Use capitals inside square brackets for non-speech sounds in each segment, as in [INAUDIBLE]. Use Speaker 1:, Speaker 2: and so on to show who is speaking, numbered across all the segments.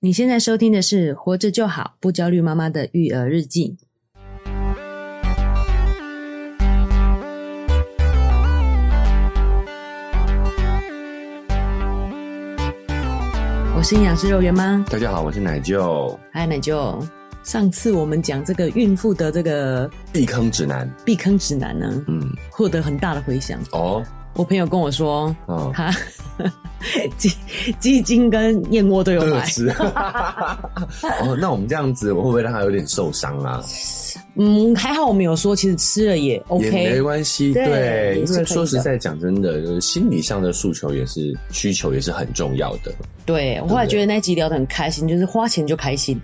Speaker 1: 你现在收听的是《活着就好，不焦虑妈妈的育儿日记》。我是营养师肉圆妈，
Speaker 2: 大家好，我是奶舅。
Speaker 1: 嗨，奶舅。上次我们讲这个孕妇的这个
Speaker 2: 避坑指南，
Speaker 1: 避坑指南呢，
Speaker 2: 嗯，
Speaker 1: 获得很大的回响。
Speaker 2: 哦，
Speaker 1: 我朋友跟我说， [LAUGHS]
Speaker 2: 哦，
Speaker 1: 他鸡鸡精跟燕窝都有
Speaker 2: 都有
Speaker 1: 买，
Speaker 2: 吃。 [LAUGHS] 哦，那我们这样子，我会不会让他有点受伤啊？
Speaker 1: 嗯，还好我们有说，其实吃了也
Speaker 2: 也没
Speaker 1: OK，
Speaker 2: 关系，
Speaker 1: 对
Speaker 2: 对，
Speaker 1: 也是可以
Speaker 2: 因为
Speaker 1: 的
Speaker 2: 说实在讲，真的，就是心理上的诉求也是需求也是很重要
Speaker 1: [LAUGHS]
Speaker 2: 的。
Speaker 1: 对我后来觉得那一集聊得很开心，就是花钱就开
Speaker 2: [LAUGHS]
Speaker 1: 心，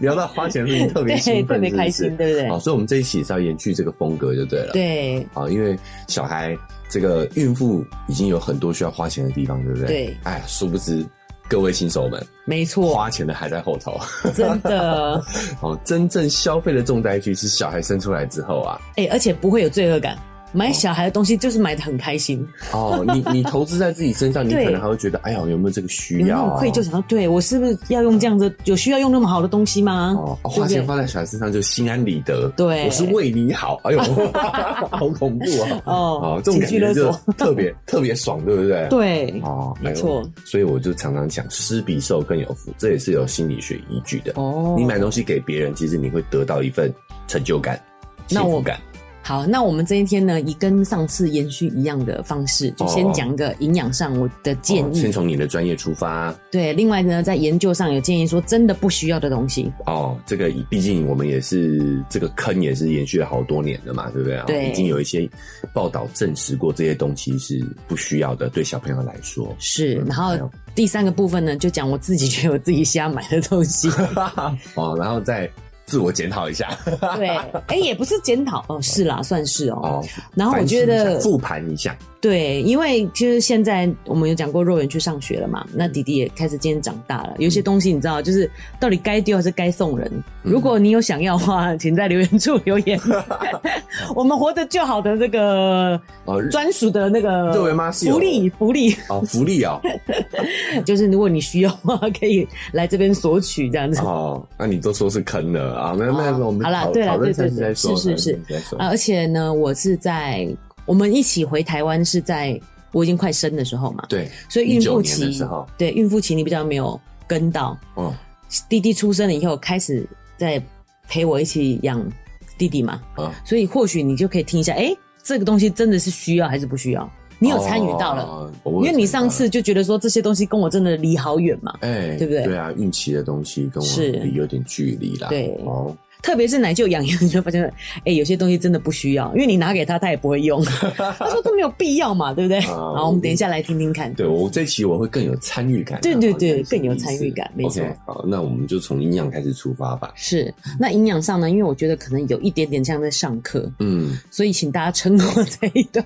Speaker 2: 聊到花钱的事情特别
Speaker 1: 对，
Speaker 2: 兴
Speaker 1: 特
Speaker 2: 奋，
Speaker 1: 别开
Speaker 2: 是
Speaker 1: 心，
Speaker 2: 不是。
Speaker 1: 对不对？
Speaker 2: 好，所以我们这一期也是要延续这个风格就对了。，
Speaker 1: 对
Speaker 2: 好，因为小孩这个孕妇已经有很多需要花钱的地方，对不对？
Speaker 1: 对，
Speaker 2: 哎，殊不知各位新手们，
Speaker 1: 没错，
Speaker 2: 花钱的还在后头。
Speaker 1: 真
Speaker 2: [LAUGHS]
Speaker 1: 的，
Speaker 2: 哦，真正消费的重灾区是小孩生出来之后啊。
Speaker 1: 哎、而且不会有罪恶感。买小孩的东西就是买的很开心，
Speaker 2: 哦，你你投资在自己身上，你
Speaker 1: 对
Speaker 2: 可能还会觉得，哎呀，有没有这个
Speaker 1: 有
Speaker 2: 需
Speaker 1: 那
Speaker 2: 要
Speaker 1: 种
Speaker 2: 啊？
Speaker 1: 愧疚，想到对我是不是要用这样的，有需要用那么好的东西吗？
Speaker 2: 哦，
Speaker 1: 对
Speaker 2: 哦花
Speaker 1: 不对
Speaker 2: 钱花在小孩身上就心安理得。
Speaker 1: 对
Speaker 2: 我是为你好。哎呦， [LAUGHS] 好恐怖啊！
Speaker 1: 哦
Speaker 2: 哦，，这种
Speaker 1: 情
Speaker 2: 感
Speaker 1: 绪勒
Speaker 2: 觉就
Speaker 1: 索，
Speaker 2: 特别 [LAUGHS] 特别爽，对不对？。
Speaker 1: 对，
Speaker 2: 哦，
Speaker 1: 没
Speaker 2: 哎呦
Speaker 1: 错。
Speaker 2: 所以我就常常讲，施比受更有福，这也是有心理学依据的。
Speaker 1: 哦，
Speaker 2: 你买东西给别人，其实你会得到一份成就感、幸
Speaker 1: 那我
Speaker 2: 福感。哦
Speaker 1: 好，那我们这一天呢，以跟上次延续一样的方式，就先
Speaker 2: 哦
Speaker 1: 讲个营养上我的建
Speaker 2: 哦
Speaker 1: 议。
Speaker 2: 先从你的专业出发。
Speaker 1: 对，另外呢，在研究上有建议说，真的不需要的东西，
Speaker 2: 哦，这个毕竟我们也是这个坑也是延续了好多年的嘛，对不对？
Speaker 1: 对
Speaker 2: 已经有一些报道证实过这些东西是不需要的，对小朋友来说。
Speaker 1: 是。
Speaker 2: 嗯
Speaker 1: 然后
Speaker 2: 还有
Speaker 1: 第三个部分呢，就讲我自己觉得我自己瞎买的东
Speaker 2: [LAUGHS]
Speaker 1: 西。
Speaker 2: 哦，然后再自我检讨
Speaker 1: [LAUGHS]
Speaker 2: 一下。
Speaker 1: 对，哎，也不是检讨哦，是啦，算是哦。
Speaker 2: 哦，
Speaker 1: 然后我
Speaker 2: 反省
Speaker 1: 觉
Speaker 2: 一下
Speaker 1: 得
Speaker 2: 复盘一下。
Speaker 1: 对，因为就是现在我们有讲过，肉圆去上学了
Speaker 2: 嗯
Speaker 1: 嘛，那弟弟也开始今天长大了，有些东西你知道，就是到底该丢还是该送人。
Speaker 2: 嗯
Speaker 1: 如果你有想要的话，请在留言处留
Speaker 2: [LAUGHS]
Speaker 1: 言。我们活着就好的这个
Speaker 2: 哦，
Speaker 1: 专属的那个
Speaker 2: 肉圆妈是有
Speaker 1: 福利福利，
Speaker 2: 哦，福利
Speaker 1: [LAUGHS]
Speaker 2: 哦，
Speaker 1: 就是如果你需要的话，可以来这边索取这样子。
Speaker 2: 哦，那你都说是坑了啊？那那
Speaker 1: 哦
Speaker 2: 我们
Speaker 1: 好啦
Speaker 2: 讨
Speaker 1: 对啦
Speaker 2: 讨论
Speaker 1: 对对
Speaker 2: 下次再说，
Speaker 1: 对是是
Speaker 2: 讨论下次再说
Speaker 1: 啊，而且呢，我是在我们一起回台湾是在我已经快生的时候嘛，
Speaker 2: 对，
Speaker 1: 所以孕妇
Speaker 2: 19年
Speaker 1: 期
Speaker 2: 的时候，
Speaker 1: 对孕妇期你比较没有跟到。
Speaker 2: 哦，
Speaker 1: 弟弟出生了以后，开始在陪我一起养弟弟嘛，
Speaker 2: 啊，
Speaker 1: 所以或许你就可以听一下，诶，这个东西真的是需要还是不需要？你有参与到了，
Speaker 2: 哦，我
Speaker 1: 因
Speaker 2: 有
Speaker 1: 为你
Speaker 2: 参与
Speaker 1: 上
Speaker 2: 到了
Speaker 1: 次就觉得说这些东西跟我真的离好远嘛，
Speaker 2: 哎、
Speaker 1: 对不对
Speaker 2: 对啊，孕期的东西跟我
Speaker 1: 是
Speaker 2: 离有点距离啦。
Speaker 1: 对
Speaker 2: 哦，
Speaker 1: 特别是奶舅养养，你就发现，诶，有些东西真的不需要，因为你拿给他，他也不会用，他说这没有必要嘛，对不对？
Speaker 2: 哦
Speaker 1: 好，我们等一下来听听看。
Speaker 2: 对我这期我会更有参与感啊。
Speaker 1: 对对对
Speaker 2: 好像是
Speaker 1: 更有
Speaker 2: 意思
Speaker 1: 参与感没错
Speaker 2: OK，好，那我们就从营养开始出发吧。
Speaker 1: 是，那营养上呢？因为我觉得可能有一点点像在上课，
Speaker 2: 嗯，
Speaker 1: 所以请大家撑过这一段。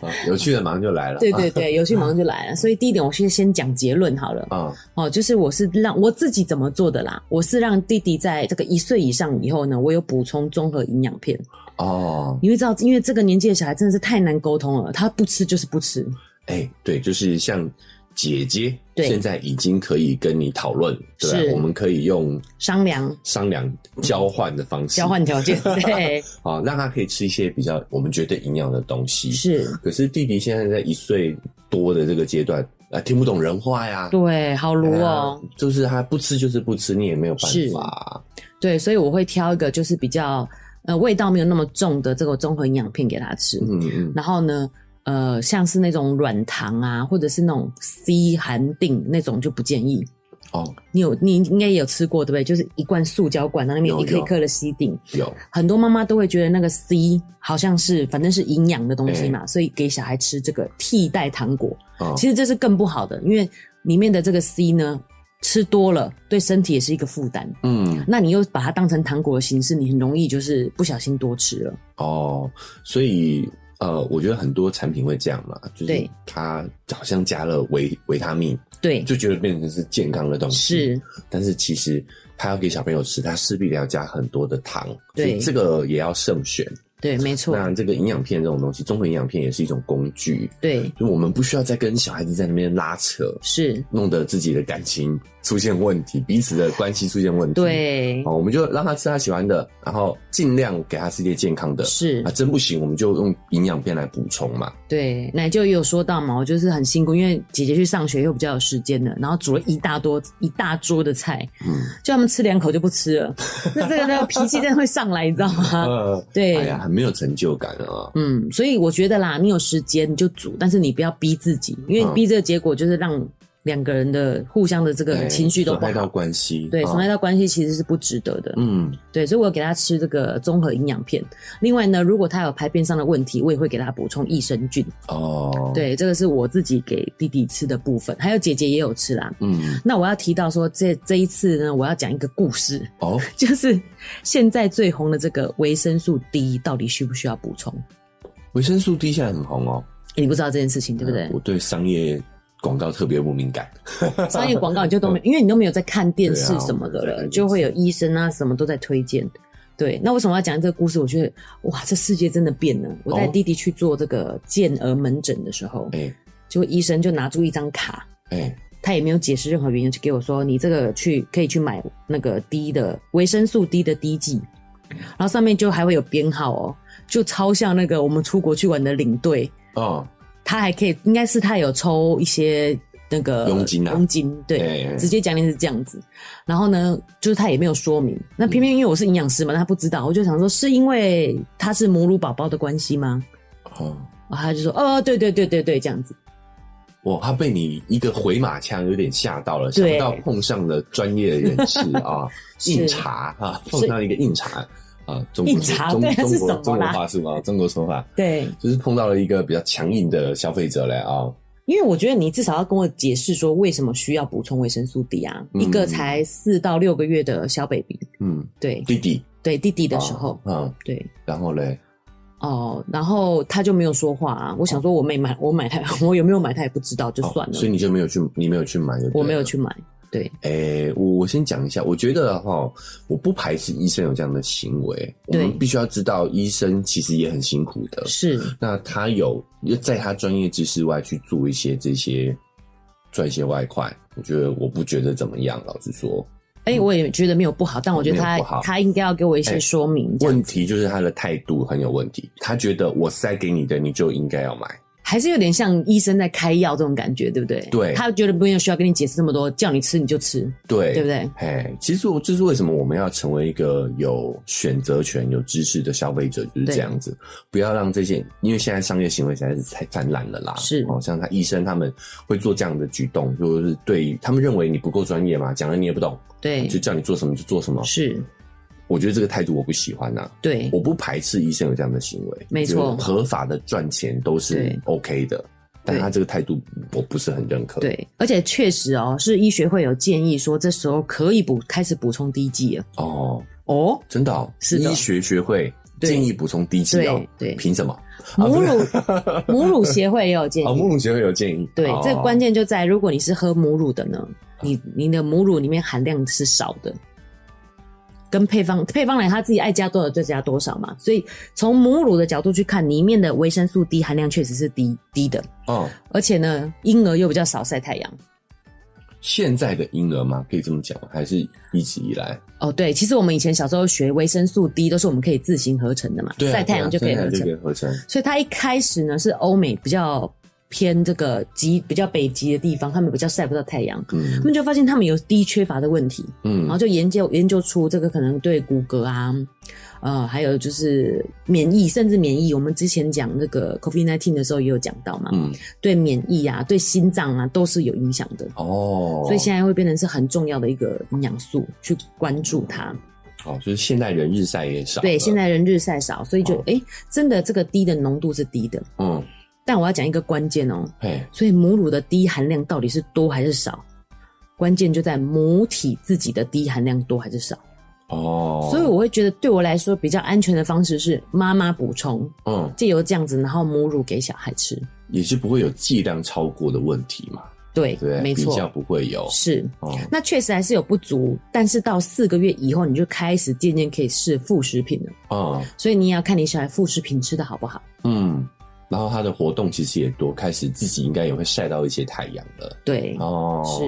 Speaker 2: 啊有趣的马上就来了。
Speaker 1: 对对对，有趣马上就来了。所以第一点，我先先讲结论好了。
Speaker 2: 啊，
Speaker 1: 哦，就是我是让我自己怎么做的啦。我是让弟弟在这个一岁以上以后呢，我有补充综合营养片。
Speaker 2: 哦，
Speaker 1: 你会知道，因为这个年纪的小孩真的是太难沟通了，他不吃就是不吃。
Speaker 2: 哎、对，就是像姐姐，
Speaker 1: 对
Speaker 2: 现在已经可以跟你讨论，对吧
Speaker 1: 是
Speaker 2: 我们可以用
Speaker 1: 商量
Speaker 2: 商量交换的方式，
Speaker 1: 交换条
Speaker 2: [LAUGHS]
Speaker 1: 件，对，
Speaker 2: 啊，让他可以吃一些比较我们觉得营养的东西。
Speaker 1: 是，
Speaker 2: 可是弟弟现在在一岁多的这个阶段，啊，听不懂人话呀，
Speaker 1: 对，好
Speaker 2: 对
Speaker 1: 炉
Speaker 2: 啊
Speaker 1: 哦，，
Speaker 2: 就是他不吃就是不吃，你也没有办法啊。
Speaker 1: 对，所以我会挑一个就是比较呃味道没有那么重的这个综合营养片给他吃。
Speaker 2: 嗯嗯，
Speaker 1: 然后呢，呃，像是那种软糖啊，或者是那种 C 含定那种就不建议。
Speaker 2: 哦，
Speaker 1: 你有你应该也有吃过对不对？就是一罐塑胶罐，然后里面
Speaker 2: 有
Speaker 1: 一颗一
Speaker 2: 有
Speaker 1: 颗的 C 定，
Speaker 2: 有
Speaker 1: 很多妈妈都会觉得那个 C 好像是反正是营养的东西
Speaker 2: 哎
Speaker 1: 嘛，所以给小孩吃这个替代糖果，
Speaker 2: 哦，
Speaker 1: 其实这是更不好的，因为里面的这个 C 呢，吃多了对身体也是一个负担。
Speaker 2: 嗯
Speaker 1: 那你又把它当成糖果的形式，你很容易就是不小心多吃了。
Speaker 2: 哦，所以呃，我觉得很多产品会这样嘛，就是
Speaker 1: 对
Speaker 2: 它好像加了维维他命，
Speaker 1: 对，
Speaker 2: 就觉得变成是健康的东西，，
Speaker 1: 是
Speaker 2: 但是其实。他要给小朋友吃，他势必得要加很多的糖，
Speaker 1: 对
Speaker 2: 所以这个也要慎选。
Speaker 1: 对，没错，
Speaker 2: 那这个营养片这种东西，综合营养片也是一种工具，
Speaker 1: 对，
Speaker 2: 就我们不需要再跟小孩子在那边拉扯，
Speaker 1: 是
Speaker 2: 弄得自己的感情出现问题，彼此的关系出现问题。，
Speaker 1: 对，
Speaker 2: 哦，我们就让他吃他喜欢的，然后尽量给他吃一些健康的。
Speaker 1: 是
Speaker 2: 啊，，真不行，我们就用营养片来补充嘛。
Speaker 1: 对，奶舅也有说到嘛，我就是很辛苦，因为姐姐去上学又比较有时间了，然后煮了一大多一大桌的菜，
Speaker 2: 嗯，
Speaker 1: 叫他们吃两口就不吃了， [LAUGHS] 那这个那个脾气真的会上来，你知道吗？
Speaker 2: [LAUGHS] 呃，
Speaker 1: 啊对，
Speaker 2: 哎呀，很没有成就感啊。
Speaker 1: 嗯，所以我觉得啦，你有时间你就煮，但是你不要逼自己，因为
Speaker 2: 嗯
Speaker 1: 逼这个结果就是让两个人的互相的这个
Speaker 2: 哎
Speaker 1: 情绪都
Speaker 2: 损
Speaker 1: 不
Speaker 2: 害到
Speaker 1: 好。
Speaker 2: 关系，
Speaker 1: 对，
Speaker 2: 啊
Speaker 1: 损害到关系其实是不值得的。
Speaker 2: 嗯，
Speaker 1: 对，所以我有给他吃这个综合营养片。另外呢，如果他有排便上的问题，我也会给他补充益生菌。
Speaker 2: 哦，，
Speaker 1: 对，这个是我自己给弟弟吃的部分，还有姐姐也有吃啦。
Speaker 2: 嗯，
Speaker 1: 那我要提到说，这这一次呢，我要讲一个故事， [LAUGHS]
Speaker 2: 哦，
Speaker 1: 就是现在最红的这个维生素 D 到底需不需要补充？
Speaker 2: 维生素 D 现在很红哦，
Speaker 1: 你不知道这件事情对不对？
Speaker 2: 我对商业广告特别不敏感。
Speaker 1: 商业广告你就都没，因为你都没有在看电视
Speaker 2: 对啊
Speaker 1: 什么的
Speaker 2: 我没有在
Speaker 1: 了，
Speaker 2: 看电视
Speaker 1: 就会有医生啊什么都在推荐。对，那为什么要讲这个故事？我觉得哇，这世界真的变了。我带
Speaker 2: 哦
Speaker 1: 弟弟去做这个健儿门诊的时候，
Speaker 2: 哎
Speaker 1: 结果医生就拿出一张卡，
Speaker 2: 哎，
Speaker 1: 他也没有解释任何原因，就给我说你这个去可以去买那个 D 的维生素 D 的滴剂，然后上面就还会有编号哦，就超像那个我们出国去玩的领队，
Speaker 2: 哦，
Speaker 1: 他还可以，应该是他有抽一些那个
Speaker 2: 佣金啊
Speaker 1: 佣金对，
Speaker 2: 哎哎
Speaker 1: 直接讲的是这样子。然后呢，就是他也没有说明，那偏偏因为我是营养师嘛，他不知道，我就想说是因为他是母乳宝宝的关系吗？
Speaker 2: 哦，
Speaker 1: 然后他就说，哦，对对对对对，这样子，
Speaker 2: 我怕被你一个回马枪有点吓到了，想
Speaker 1: 对
Speaker 2: 不到碰上了专业人士啊，
Speaker 1: [LAUGHS] 是
Speaker 2: 硬茬啊，碰
Speaker 1: 是
Speaker 2: 上一个硬茬啊，中国
Speaker 1: 硬茬
Speaker 2: 中
Speaker 1: 对啊
Speaker 2: 中
Speaker 1: 是什
Speaker 2: 国
Speaker 1: 么
Speaker 2: 中国
Speaker 1: 啦
Speaker 2: 话是吗？中国说法
Speaker 1: 对，
Speaker 2: 就是碰到了一个比较强硬的消费者嘞啊，
Speaker 1: 因为我觉得你至少要跟我解释说为什么需要补充维生素 D 啊，
Speaker 2: 嗯
Speaker 1: 一个才四到六个月的小 baby，
Speaker 2: 嗯，
Speaker 1: 对
Speaker 2: 弟弟
Speaker 1: 对，弟弟的时候，
Speaker 2: 啊，嗯
Speaker 1: 对。
Speaker 2: 然后嘞，
Speaker 1: 哦，然后他就没有说话啊。我想说，我没买，我买 [LAUGHS] 他，我有没有买他也不知道，就
Speaker 2: 哦
Speaker 1: 算了。
Speaker 2: 所以你就没有去，你没有去买，
Speaker 1: 我没有。去买。对，
Speaker 2: 诶、我我先讲一下，我觉得哈，我不排斥医生有这样的行为，我
Speaker 1: 对
Speaker 2: 们必须要知道，医生其实也很辛苦的。
Speaker 1: 是
Speaker 2: 那他有在他专业知识外去做一些这些赚一些外快，我觉得我不觉得怎么样。老实说，
Speaker 1: 哎、我也觉得没有不好，但我觉得
Speaker 2: 嗯没
Speaker 1: 他
Speaker 2: 有不好
Speaker 1: 他应该要给我一些说明，这样
Speaker 2: 问题就是他的态度很有问题，他觉得我塞给你的你就应该要买，
Speaker 1: 还是有点像医生在开药这种感觉，对不对？
Speaker 2: 对
Speaker 1: 他觉得没有需要跟你解释这么多，叫你吃你就吃，
Speaker 2: 对
Speaker 1: 对不？对？
Speaker 2: 哎，其实我这是为什么我们要成为一个有选择权、有知识的消费者，就是
Speaker 1: 对
Speaker 2: 这样子，不要让这些，因为现在商业行为实在是太泛滥了啦。
Speaker 1: 是
Speaker 2: 哦，像他医生他们会做这样的举动，就是对于他们认为你不够专业嘛，讲了你也不懂，
Speaker 1: 对，
Speaker 2: 就叫你做什么就做什么。
Speaker 1: 是，
Speaker 2: 我觉得这个态度我不喜欢呐、
Speaker 1: 对，
Speaker 2: 我不排斥医生有这样的行为，
Speaker 1: 嗯没错
Speaker 2: 就是合法的赚钱都是
Speaker 1: 对
Speaker 2: OK 的，但他这个态度我不是很认可。，
Speaker 1: 对，而且确实哦，是医学会有建议说，这时候可以补开始补充滴剂了。
Speaker 2: 哦，
Speaker 1: 哦，
Speaker 2: 真的、哦，
Speaker 1: 是的
Speaker 2: 医学学会
Speaker 1: 对
Speaker 2: 建议补充低剂哦，
Speaker 1: 对对
Speaker 2: 凭什么？ [LAUGHS]
Speaker 1: 母乳母乳协会也有建
Speaker 2: 哦，
Speaker 1: 议。
Speaker 2: 母乳学会有建议，
Speaker 1: 对，
Speaker 2: 哦
Speaker 1: 这个关键就在如果你是喝母乳的呢，你你的母乳里面含量是少的，跟配方配方奶他自己爱加多少就加多少嘛。所以从母乳的角度去看，里面的维生素 D 含量确实是低低的，
Speaker 2: 哦，
Speaker 1: 而且呢，婴儿又比较少晒太阳。
Speaker 2: 现在的婴儿嘛，可以这么讲吗，还是一直以来
Speaker 1: 哦，对，其实我们以前小时候学维生素 D 都是我们可以自行合成的嘛，
Speaker 2: 对啊
Speaker 1: 晒太阳就可以合
Speaker 2: 对啊晒太
Speaker 1: 成
Speaker 2: 阳。就可以合成，
Speaker 1: 所以它一开始呢是欧美比较偏这个极比较北极的地方，他们比较晒不到太阳，他
Speaker 2: 嗯
Speaker 1: 们就发现他们有 D 缺乏的问题。然后
Speaker 2: 嗯，
Speaker 1: 就研究研究出这个可能对骨骼啊，呃，还有就是免疫，甚至免疫，我们之前讲那个 COVID 1 9的时候也有讲到嘛，
Speaker 2: 嗯，
Speaker 1: 对免疫啊，对心脏啊都是有影响的。
Speaker 2: 哦，
Speaker 1: 所以现在会变成是很重要的一个营养素，去关注它。
Speaker 2: 哦，就是现代人日晒也少了，
Speaker 1: 对，现在人日晒少，所以就
Speaker 2: 哦
Speaker 1: 诶，真的这个低的浓度是低的。
Speaker 2: 嗯，
Speaker 1: 但我要讲一个关键哦，
Speaker 2: 嘿，
Speaker 1: 所以母乳的低含量到底是多还是少？关键就在母体自己的低含量多还是少。
Speaker 2: 哦，
Speaker 1: 所以我会觉得对我来说比较安全的方式是妈妈补充，
Speaker 2: 嗯，
Speaker 1: 借由这样子，然后母乳给小孩吃。
Speaker 2: 也是不会有剂量超过的问题嘛，
Speaker 1: 对，
Speaker 2: 对不对，
Speaker 1: 没
Speaker 2: 比较
Speaker 1: 错，
Speaker 2: 不会有
Speaker 1: 是。
Speaker 2: 哦，
Speaker 1: 那确实还是有不足，但是到四个月以后，你就开始渐渐可以试副食品了。
Speaker 2: 嗯
Speaker 1: 所以你也要看你小孩副食品吃的好不好。
Speaker 2: 嗯，然后他的活动其实也多，开始自己应该也会晒到一些太阳了。
Speaker 1: 对，
Speaker 2: 哦，
Speaker 1: 是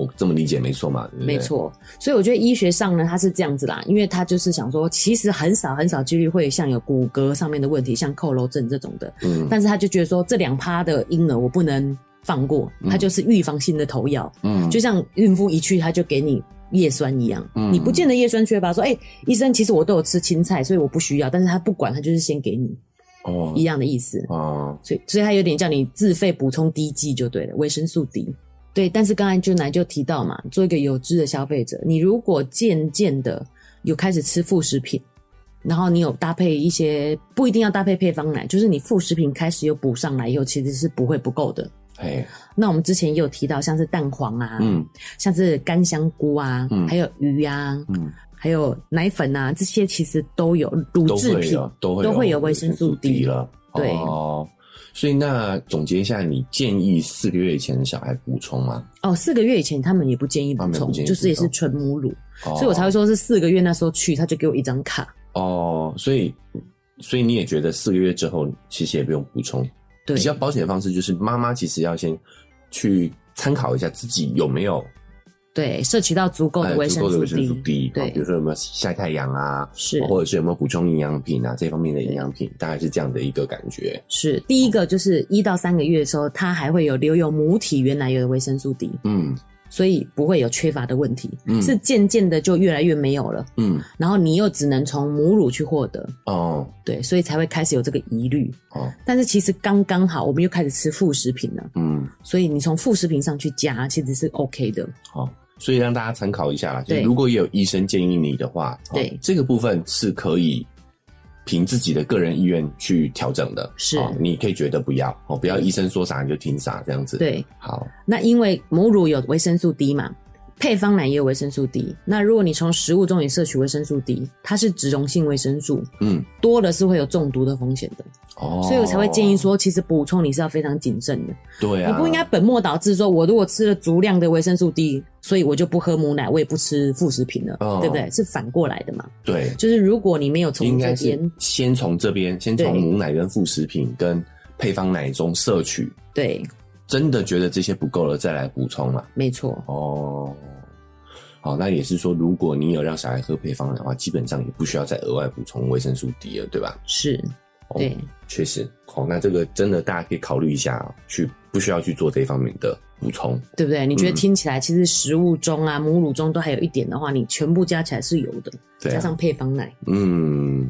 Speaker 2: 我这么理解没错嘛？对不对
Speaker 1: 没，错，所以我觉得医学上呢，它是这样子啦，因为它就是想说，其实很少很少几率会像有骨骼上面的问题，像佝偻症这种的，
Speaker 2: 嗯
Speaker 1: 但是他就觉得说，这两趴的婴儿我不能放过，
Speaker 2: 嗯
Speaker 1: 他就是预防性的投药，
Speaker 2: 嗯，
Speaker 1: 就像孕妇一去他就给你叶酸一样，
Speaker 2: 嗯
Speaker 1: 你不见得叶酸缺乏，说哎、医生其实我都有吃青菜，所以我不需要，但是他不管，他就是先给你
Speaker 2: 哦
Speaker 1: 一样的意思，
Speaker 2: 哦，
Speaker 1: 所以所以他有点叫你自费补充 D 剂就对了，维生素 D。对，但是刚才就奶就提到嘛，做一个有知的消费者，你如果渐渐的有开始吃副食品，然后你有搭配一些不一定要搭配配方奶，就是你副食品开始有补上来以后，其实是不会不够的。
Speaker 2: 嘿，
Speaker 1: 那我们之前也有提到，像是蛋黄啊，
Speaker 2: 嗯
Speaker 1: 像是干香菇啊，
Speaker 2: 嗯
Speaker 1: 还有鱼啊，
Speaker 2: 嗯，
Speaker 1: 还有奶粉啊，这些其实都有乳
Speaker 2: 都
Speaker 1: 制
Speaker 2: 会啊
Speaker 1: 品
Speaker 2: 有，都会哦
Speaker 1: 都会有维
Speaker 2: 维
Speaker 1: 生
Speaker 2: 生
Speaker 1: 素 D
Speaker 2: D 了，
Speaker 1: 对
Speaker 2: 哦。所以那总结一下，你建议四个月以前的小孩补充吗？
Speaker 1: 哦。四个月以前他们也不建议补
Speaker 2: 他们也
Speaker 1: 充
Speaker 2: 不，建议
Speaker 1: 就是也
Speaker 2: 补
Speaker 1: 是
Speaker 2: 充
Speaker 1: 纯母乳。
Speaker 2: 哦
Speaker 1: 所以我才会说是四个月那时候去，他就给我一张卡。
Speaker 2: 哦，所以所以你也觉得四个月之后其实也不用补充，
Speaker 1: 对
Speaker 2: 比，较保险的方式就是妈妈其实要先去参考一下自己有没有
Speaker 1: 对，摄取到足够
Speaker 2: 呃
Speaker 1: 的维
Speaker 2: 足
Speaker 1: 生
Speaker 2: 够的
Speaker 1: 素
Speaker 2: 维生素
Speaker 1: D，
Speaker 2: D，
Speaker 1: 对
Speaker 2: 比如说有没有晒太阳啊，
Speaker 1: 是
Speaker 2: 或者是有没有补充营养品啊这方面的营养品，大概是这样的一个感觉。
Speaker 1: 是。第一个就是一到三个月的时候，它还会有留有母体原来有的维生素 D，
Speaker 2: 嗯
Speaker 1: 所以不会有缺乏的问题，
Speaker 2: 嗯
Speaker 1: 是渐渐的就越来越没有了。
Speaker 2: 嗯
Speaker 1: 然后你又只能从母乳去获得，
Speaker 2: 哦
Speaker 1: 对，所以才会开始有这个疑虑。
Speaker 2: 哦
Speaker 1: 但是其实刚刚好，我们又开始吃副食品了，
Speaker 2: 嗯
Speaker 1: 所以你从副食品上去加，其实是 OK 的。
Speaker 2: 好。哦所以让大家参考一下啦，就是
Speaker 1: 对
Speaker 2: 如果也有医生建议你的话，哦
Speaker 1: 对
Speaker 2: 这个部分是可以凭自己的个人意愿去调整的。
Speaker 1: 是
Speaker 2: 哦你可以觉得不要哦，不要医生说啥你就听啥这样子。，
Speaker 1: 对，
Speaker 2: 好，
Speaker 1: 那因为母乳有维生素 D 嘛，配方奶也有维生素 D。那如果你从食物中也摄取维生素 D，它是脂溶性维生素，
Speaker 2: 嗯，
Speaker 1: 多了是会有中毒的风险的。
Speaker 2: 哦，
Speaker 1: 所以我才会建议，说，其实补充你是要非常谨慎的，
Speaker 2: 对啊，
Speaker 1: 你不应该本末倒置说，我如果吃了足量的维生素 D，所以我就不喝母奶，我也不吃副食品了，
Speaker 2: 哦
Speaker 1: 对不对？是反过来的嘛。
Speaker 2: 对，
Speaker 1: 就是如果你没有
Speaker 2: 应
Speaker 1: 从这
Speaker 2: 该是
Speaker 1: 边
Speaker 2: 先从这边，先
Speaker 1: 对
Speaker 2: 从母奶跟副食品跟配方奶中摄取，
Speaker 1: 对，
Speaker 2: 真的觉得这些不够了再来补充啦。
Speaker 1: 没错，
Speaker 2: 哦，好，那也是说，如果你有让小孩喝配方奶的话，基本上也不需要再额外补充维生素 D 了，对吧？
Speaker 1: 是
Speaker 2: 哦
Speaker 1: 对，
Speaker 2: 确实，哦，那这个真的大家可以考虑一下哦，去不需要去做这方面的补充。
Speaker 1: 对不对？你觉得
Speaker 2: 嗯
Speaker 1: 听起来，其实食物中啊、母乳中都还有一点的话，你全部加起来是有的。
Speaker 2: 对、
Speaker 1: 加
Speaker 2: 啊，
Speaker 1: 上配方奶，
Speaker 2: 嗯，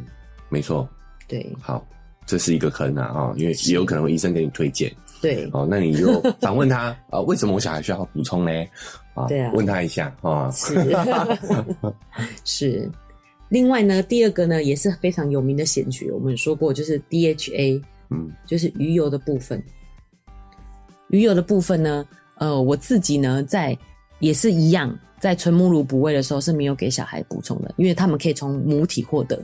Speaker 2: 没错，
Speaker 1: 对
Speaker 2: 好，这是一个坑啊，啊、因为也有可能医生给你推荐。 [LAUGHS]
Speaker 1: 对
Speaker 2: 哦，那
Speaker 1: [LAUGHS]
Speaker 2: 你就反问他啊，为什么我小孩需要补充呢？啊，
Speaker 1: 对啊
Speaker 2: 问他一下啊。
Speaker 1: 是 [LAUGHS] 是。另外呢，第二个呢也是非常有名的显学，我们有说过就是 DHA，
Speaker 2: 嗯
Speaker 1: 就是鱼油的部分。鱼油的部分呢，呃，我自己呢在也是一样，在纯母乳补喂的时候是没有给小孩补充的，因为他们可以从母体获得。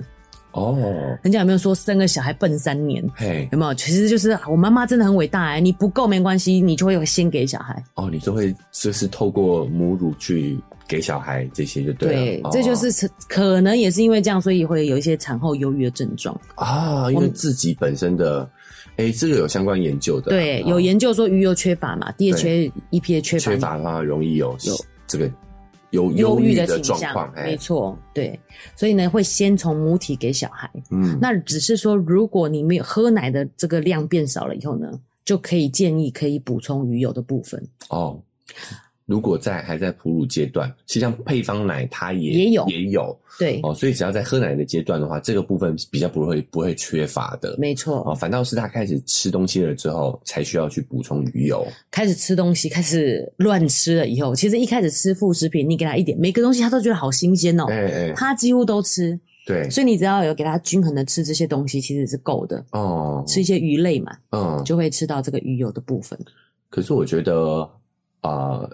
Speaker 2: 哦，
Speaker 1: 人家有没有说生个小孩笨三年？
Speaker 2: 嘿，
Speaker 1: 有没有？其实就是啊我妈妈真的很伟大哎、你不够没关系，你就会有先给小孩。
Speaker 2: 哦，你都会就是透过母乳去给小孩这些就
Speaker 1: 对
Speaker 2: 对了，，哦
Speaker 1: 这就是是可能也是因为这样，所以会有一些产后忧郁的症状。
Speaker 2: 啊，因为自己本身的，哎，这个有相关研究的啊，
Speaker 1: 对，
Speaker 2: 哦
Speaker 1: 有研究说鱼油缺乏嘛，DHA、EPA 缺乏，
Speaker 2: 缺乏的话容易有这个有
Speaker 1: 忧郁
Speaker 2: 的
Speaker 1: 的倾
Speaker 2: 状况
Speaker 1: 向，，没
Speaker 2: 哎，
Speaker 1: 错，对。所以呢，会先从母体给小孩。
Speaker 2: 嗯，
Speaker 1: 那只是说，如果你没有喝奶的这个量变少了以后呢，就可以建议可以补充鱼油的部分。
Speaker 2: 哦。如果在还在哺乳阶段，实际上配方奶它也
Speaker 1: 也有
Speaker 2: 也有，
Speaker 1: 对，
Speaker 2: 哦，所以只要在喝奶的阶段的话，这个部分是比较不会不会缺乏的。
Speaker 1: 没错。
Speaker 2: 哦，反倒是他开始吃东西了之后，才需要去补充鱼油。
Speaker 1: 开始吃东西，开始乱吃了以后，其实一开始吃副食品，你给他一点，每个东西他都觉得好新鲜哦，
Speaker 2: 哎哎、
Speaker 1: 他几乎都吃，
Speaker 2: 对，
Speaker 1: 所以你只要有给他均衡的吃这些东西，其实是够的。
Speaker 2: 哦，
Speaker 1: 吃一些鱼类嘛，
Speaker 2: 嗯，
Speaker 1: 就会吃到这个鱼油的部分。
Speaker 2: 可是我觉得啊、呃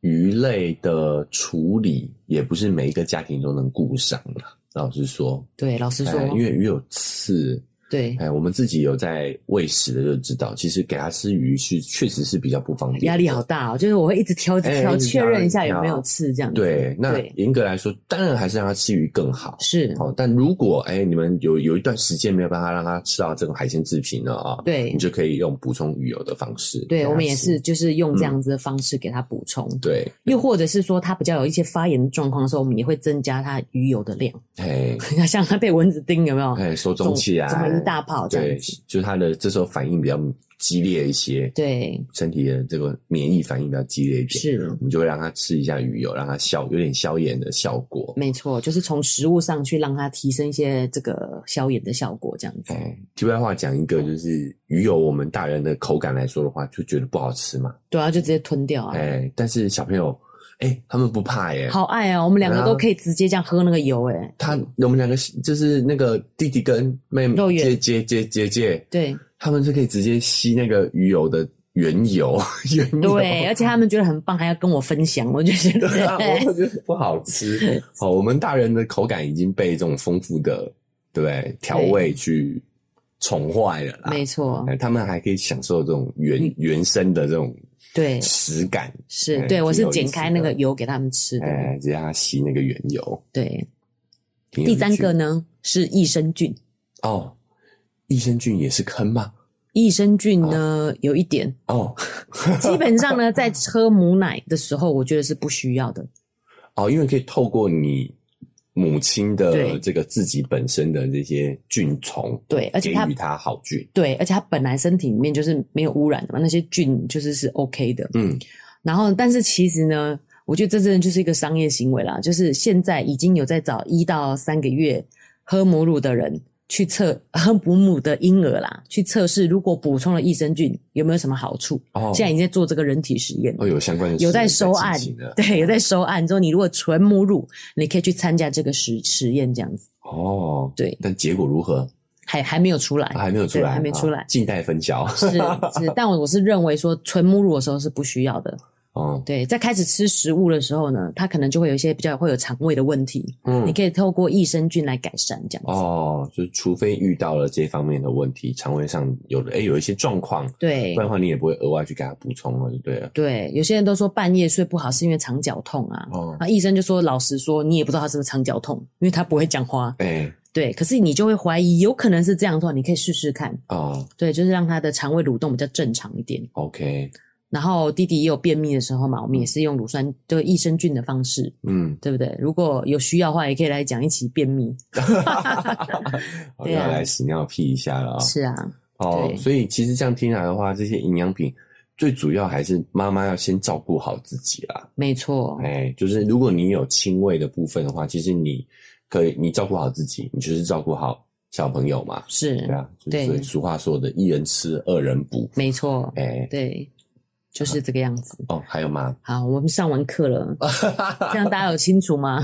Speaker 2: 鱼类的处理也不是每一个家庭都能顾上的。老实说，哎
Speaker 1: 对，老实说
Speaker 2: 哎，因为鱼有刺，
Speaker 1: 对，
Speaker 2: 哎，我们自己有在喂食的就知道，其实给它吃鱼是确实是比较不方便，
Speaker 1: 压力好。大哦，就是我会一直挑一直挑，
Speaker 2: 哎
Speaker 1: 确认一下
Speaker 2: 一直挑
Speaker 1: 有没有刺这样子。
Speaker 2: 对，那
Speaker 1: 对
Speaker 2: 严格来说，当然还是让它吃鱼更好。
Speaker 1: 是，
Speaker 2: 哦，但如果哎、你们有有一段时间没有办法让它吃到这种海鲜制品了啊、
Speaker 1: 对
Speaker 2: 你就可以用补充鱼油的方式给它吃。
Speaker 1: 对我们也是，就是用这样子的方式给它补充。
Speaker 2: 对，
Speaker 1: 又或者是说，它比较有一些发炎的状况的时候，我们也会增加它鱼油的量。 [LAUGHS]
Speaker 2: 嘿，
Speaker 1: 像它被蚊子叮，有没有？
Speaker 2: 嘿，手肿起来，
Speaker 1: 肿了一大泡这
Speaker 2: 啊对
Speaker 1: 样子。，
Speaker 2: 就是它的这时候反应比较激烈一些，
Speaker 1: 对，
Speaker 2: 身体的这个免疫反应比较激烈一点，
Speaker 1: 是
Speaker 2: 我们就会让它吃一下鱼油，让它消有点消炎的效果。
Speaker 1: 没错，就是从食物上去让它提升一些这个消炎的效果，这样子。
Speaker 2: 哎，题外话讲一个，就是鱼油，我们大人的口感来说的话，就觉得不好吃嘛。
Speaker 1: 对啊，就直接吞掉啊。
Speaker 2: 哎，但是小朋友，哎，他们不怕耶。
Speaker 1: 好爱哦，我们两个
Speaker 2: 对啊
Speaker 1: 都可以直接这样喝那个油，哎，
Speaker 2: 他我们两个就是那个弟弟跟妹妹
Speaker 1: 肉圆
Speaker 2: 姐姐姐姐姐，
Speaker 1: 对
Speaker 2: 他们是可以直接吸那个鱼油的原油， [LAUGHS] 原油。 [LAUGHS]
Speaker 1: 对，而且他们觉得很棒，还要跟我分享，我就觉得哎
Speaker 2: 对啊，我觉得不好吃。
Speaker 1: [LAUGHS]
Speaker 2: 好，我们大人的口感已经被这种丰富的对不对调味去宠坏了啦
Speaker 1: 没。错，
Speaker 2: 哎他们还可以享受这种原原生的这种
Speaker 1: 对，
Speaker 2: 食感，
Speaker 1: 是
Speaker 2: 哎
Speaker 1: 对我
Speaker 2: 挺
Speaker 1: 是
Speaker 2: 有意
Speaker 1: 剪
Speaker 2: 思
Speaker 1: 开
Speaker 2: 的
Speaker 1: 那个油给他们吃的。
Speaker 2: 哎，直接让它吸那个原油。
Speaker 1: 对，
Speaker 2: 挺有
Speaker 1: 第三
Speaker 2: 趣
Speaker 1: 个呢是益生菌，
Speaker 2: 哦，益生菌也是坑吗？
Speaker 1: 益生菌呢有一点，
Speaker 2: 哦
Speaker 1: 基本上呢在喝母奶的时候，我觉得是不需要的。
Speaker 2: 哦，因为可以透过你母亲
Speaker 1: 对
Speaker 2: 的这个自己本身的这些菌虫， [LAUGHS]
Speaker 1: 对而且
Speaker 2: 给
Speaker 1: 它
Speaker 2: 予它好菌。
Speaker 1: 对，而且它本来身体里面就是没有污染的嘛，那些菌就是是 OK 的。
Speaker 2: 嗯，
Speaker 1: 然后，但是其实呢，我觉得这真的就是一个商业行为啦，就是现在已经有在找一到三个月喝母乳的人去测 [LAUGHS] 喝母母的婴儿啦，去测试如果补充了益生菌有没有什么好处。
Speaker 2: 哦，
Speaker 1: 现在已经在做这个人体实验了。
Speaker 2: 哦有相关的
Speaker 1: 有在
Speaker 2: 实验
Speaker 1: 收案
Speaker 2: 进行的，
Speaker 1: [LAUGHS] 对，有在收案。之后，你如果纯母乳，你可以去参加这个实实验，这样子。
Speaker 2: 哦，
Speaker 1: 对
Speaker 2: 但结果如何
Speaker 1: 还还没有出来，
Speaker 2: 还没有出
Speaker 1: 对
Speaker 2: 来，
Speaker 1: 还没出来
Speaker 2: 啊静待分晓。
Speaker 1: 是是。但我我是认为说，纯母乳的时候是不需要的。 [LAUGHS]
Speaker 2: 哦，
Speaker 1: 对，在开始吃食物的时候呢，它可能就会有一些比较会有肠胃的问题，你
Speaker 2: 嗯，
Speaker 1: 可以透过益生菌来改善这样子。
Speaker 2: 哦，就是除非遇到了这方面的问题，肠胃上有的哎有一些状况，
Speaker 1: 对
Speaker 2: 不然的话你也不会额外去给它补充了，就对了。
Speaker 1: 对，有些人都说半夜睡不好是因为肠绞痛啊。
Speaker 2: 哦，
Speaker 1: 那医生就说，老实说，你也不知道他是不是肠绞痛，因为他不会讲话。
Speaker 2: 哎，
Speaker 1: 对，可是你就会怀疑，有可能是这样的话，你可以试试看。
Speaker 2: 哦
Speaker 1: 对，就是让他的肠胃蠕动比较正常一点。
Speaker 2: ，OK，
Speaker 1: 然后弟弟也有便秘的时候嘛，我们也是用乳酸这个益生菌的方式，
Speaker 2: 嗯，
Speaker 1: 对不对？如果有需要的话，也可以来讲一起便秘。对
Speaker 2: 我
Speaker 1: 啊
Speaker 2: 哦要来屎尿屁一下了啊。
Speaker 1: 是啊，
Speaker 2: 哦
Speaker 1: 对，
Speaker 2: 所以其实这样听来的话，这些营养品最主要还是妈妈要先照顾好自己啦。
Speaker 1: 没错，
Speaker 2: 哎，就是如果你有亲喂的部分的话，其实你可以你照顾好自己，你就是照顾好小朋友嘛，
Speaker 1: 是
Speaker 2: 对，啊，就是
Speaker 1: 对
Speaker 2: 所以俗话说的“一人吃，二人补
Speaker 1: 没错”。，
Speaker 2: 哎，
Speaker 1: 对，就是这个样子。
Speaker 2: 哦，还
Speaker 1: [LAUGHS]
Speaker 2: 有吗？
Speaker 1: 好，我们上完课
Speaker 2: [LAUGHS]
Speaker 1: 了，这样大家有清楚吗？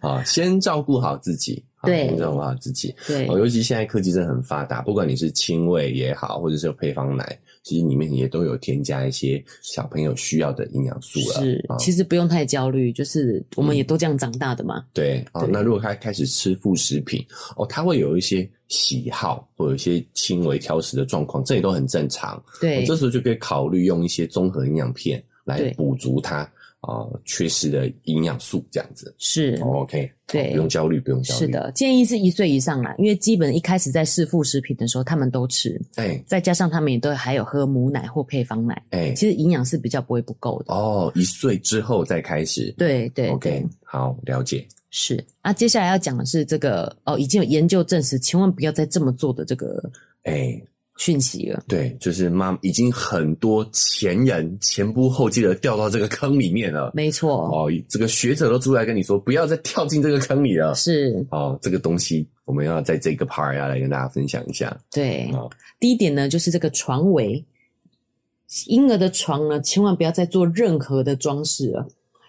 Speaker 2: 啊，先照顾好自己，啊
Speaker 1: 对
Speaker 2: 先照顾好自己。
Speaker 1: 对，
Speaker 2: 哦，尤其现在科技真的很发达，不管你是亲喂也好，或者是有配方奶，其实里面也都有添加一些小朋友需要的营养素了。
Speaker 1: 是
Speaker 2: 啊，
Speaker 1: 其实不用太焦虑，就是我们也都这样长大的嘛。
Speaker 2: 对，哦
Speaker 1: 对，
Speaker 2: 那如果他开始吃副食品，哦，他会有一些喜好，或有一些轻微挑食的状况，这也都很正常。
Speaker 1: 对
Speaker 2: 哦，这时候就可以考虑用一些综合营养片来
Speaker 1: 对
Speaker 2: 补足他啊、呃缺失的营养素，这样子。
Speaker 1: 是，
Speaker 2: 哦 OK，
Speaker 1: 嗯对
Speaker 2: 哦不用焦虑，不用焦虑。
Speaker 1: 是，的，建议是一岁以上啦，因为基本一开始在试副食品的时候，他们都吃，
Speaker 2: 哎
Speaker 1: 再加上他们也都还有喝母奶或配方奶，
Speaker 2: 哎，
Speaker 1: 其实营养是比较不会不够的。
Speaker 2: 哦，一岁之后再开始。
Speaker 1: 对对
Speaker 2: o
Speaker 1: 对
Speaker 2: k 好，了解。
Speaker 1: 是。那、接下来要讲的是这个哦，已经有研究证实，千万不要再这么做的这个
Speaker 2: 哎，
Speaker 1: 讯息了。
Speaker 2: 对，就是妈已经很多前人前仆后继的掉到这个坑里面了。
Speaker 1: 没错，
Speaker 2: 哦，这个学者都出来跟你说，不要再跳进这个坑里了。
Speaker 1: 是
Speaker 2: 哦，这个东西我们要在这个 part 要来跟大家分享一下。
Speaker 1: 对。
Speaker 2: 哦，
Speaker 1: 第一点呢，就是这个床围，婴儿的床呢，千万不要再做任何的装饰了。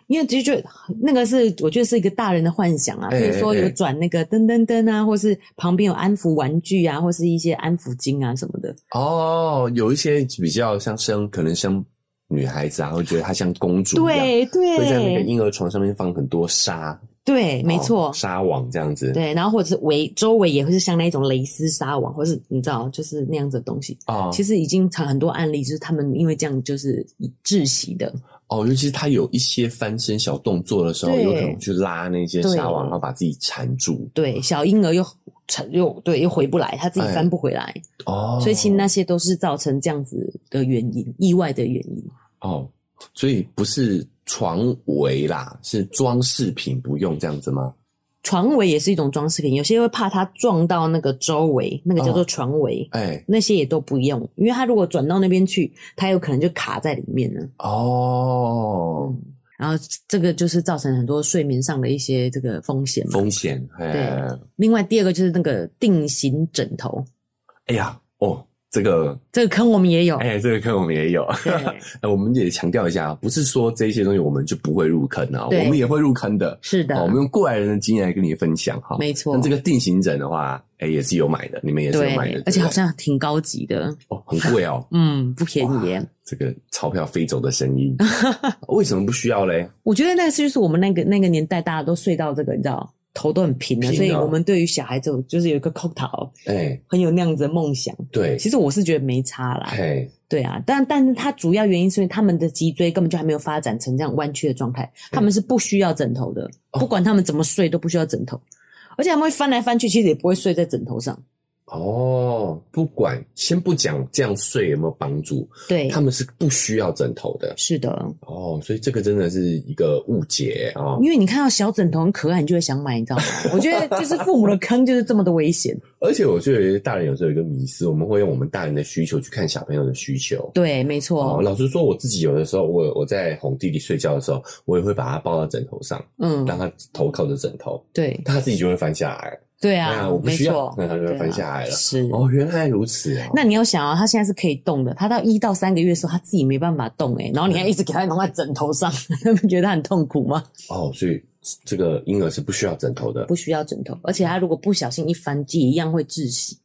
Speaker 1: 因为其实就那个是，我觉得是一个大人的幻想啊，比
Speaker 2: 哎
Speaker 1: 如说
Speaker 2: 哎哎
Speaker 1: 有转那个噔噔噔啊，或是旁边有安抚玩具啊，或是一些安抚巾啊什么的。
Speaker 2: 哦，有一些比较像生，可能像女孩子啊，会觉得她像公主一样，
Speaker 1: 对对，
Speaker 2: 会在那个婴儿床上面放很多纱。
Speaker 1: 对，没错
Speaker 2: 哦，纱网这样子，
Speaker 1: 对，然后或者是围周围也会是像那一种蕾丝纱网，或是你知道，就是那样子的东西。
Speaker 2: 啊，
Speaker 1: 其实已经常很多案例，就是他们因为这样就是窒息的。
Speaker 2: 哦，尤其是他有一些翻身小动作的时候，
Speaker 1: 对
Speaker 2: 有可能去拉那些纱网，
Speaker 1: 对
Speaker 2: 然后把自己缠住。
Speaker 1: 对，小婴儿又成又对又回不来，他自己
Speaker 2: 嗯哎
Speaker 1: 翻不回来，
Speaker 2: 哦，
Speaker 1: 所以其实那些都是造成这样子的原因，意外的原因。
Speaker 2: 哦，所以不是床围啦，是装饰品不用这样子吗？
Speaker 1: 床围也是一种装饰品，有些会怕它撞到那个周围，那个叫做床围，
Speaker 2: 哎、
Speaker 1: 那些也都不用，因为它如果转到那边去，它有可能就卡在里面了。
Speaker 2: 哦，
Speaker 1: 嗯，然后这个就是造成很多睡眠上的一些这个风险嘛。
Speaker 2: 风险，哎、
Speaker 1: 嗯对另外第二个就是那个定型枕头，
Speaker 2: 哎呀，哦，这个，
Speaker 1: 这个坑我们也有。
Speaker 2: 哎、这个坑我们也有，
Speaker 1: [LAUGHS] 对，
Speaker 2: 哎我们也强调一下，不是说这些东西我们就不会入坑啊，
Speaker 1: 对
Speaker 2: 我们也会入坑的。
Speaker 1: 是的，
Speaker 2: 好，哦我们用过来人的经验来跟你分享哈。
Speaker 1: 没错
Speaker 2: 那这。个定型枕的话，哎、也是有买的，你们也是有
Speaker 1: 对
Speaker 2: 买的，，
Speaker 1: 而且
Speaker 2: 对不对
Speaker 1: 好像挺高级的，
Speaker 2: 哦很贵哦。
Speaker 1: 嗯，不便宜。
Speaker 2: 这个钞票飞走的
Speaker 1: [LAUGHS]
Speaker 2: 声音，为什么不需要嘞？
Speaker 1: 我觉得那是就是我们那个那个年代，大家都睡到这个，你知道，头都很平了，
Speaker 2: 平了
Speaker 1: 所以我们对于小孩子就是有一个空头，
Speaker 2: 哎、
Speaker 1: 很有那样子的梦想。
Speaker 2: 对，哎
Speaker 1: 其实我是觉得没差啦，
Speaker 2: 嘿，
Speaker 1: 对啊，但但是它主要原因是因为他们的脊椎根本就还没有发展成这样弯曲的状态，他们是不需要枕头的，
Speaker 2: 哦
Speaker 1: 不管他们怎么睡都不需要枕头，而且他们会翻来翻去，其实也不会睡在枕头上。
Speaker 2: 哦，不管，先不讲这样睡有没有帮助，
Speaker 1: 对，
Speaker 2: 他们是不需要枕头的
Speaker 1: 是的，
Speaker 2: 哦，所以这个真的是一个误解哦，
Speaker 1: 因为你看到小枕头很可爱，你就会想买，你知道吗？我觉得就是父母的坑就是这么的危险。
Speaker 2: 而且我觉得大人有时候有一个迷思，我们会用我们大人的需求去看小朋友的需求。
Speaker 1: 对，没
Speaker 2: 哦，
Speaker 1: 错，
Speaker 2: 老实说，我自己有的时候，我我在哄弟弟睡觉的时候，我也会把他抱到枕头上，
Speaker 1: 嗯，
Speaker 2: 让他头靠着枕头，
Speaker 1: 对，
Speaker 2: 他自己就会翻下来。
Speaker 1: 对
Speaker 2: 哎呀
Speaker 1: 啊
Speaker 2: 我，不
Speaker 1: 没
Speaker 2: 需要
Speaker 1: 错，
Speaker 2: [LAUGHS] 那他就会
Speaker 1: 对啊
Speaker 2: 翻下来了
Speaker 1: 是。
Speaker 2: 哦，原来如此哦。
Speaker 1: 那你要想啊，他现在是可以动的，他到一到三个月的时候，他自己没办法动哎、然后你还一直给他弄在枕头上， [LAUGHS] 他们觉得他很痛苦吗？
Speaker 2: 哦，所以这个婴儿是不需要枕头的。
Speaker 1: 不需要枕头，而且他如果不小心一翻机，一样会窒息，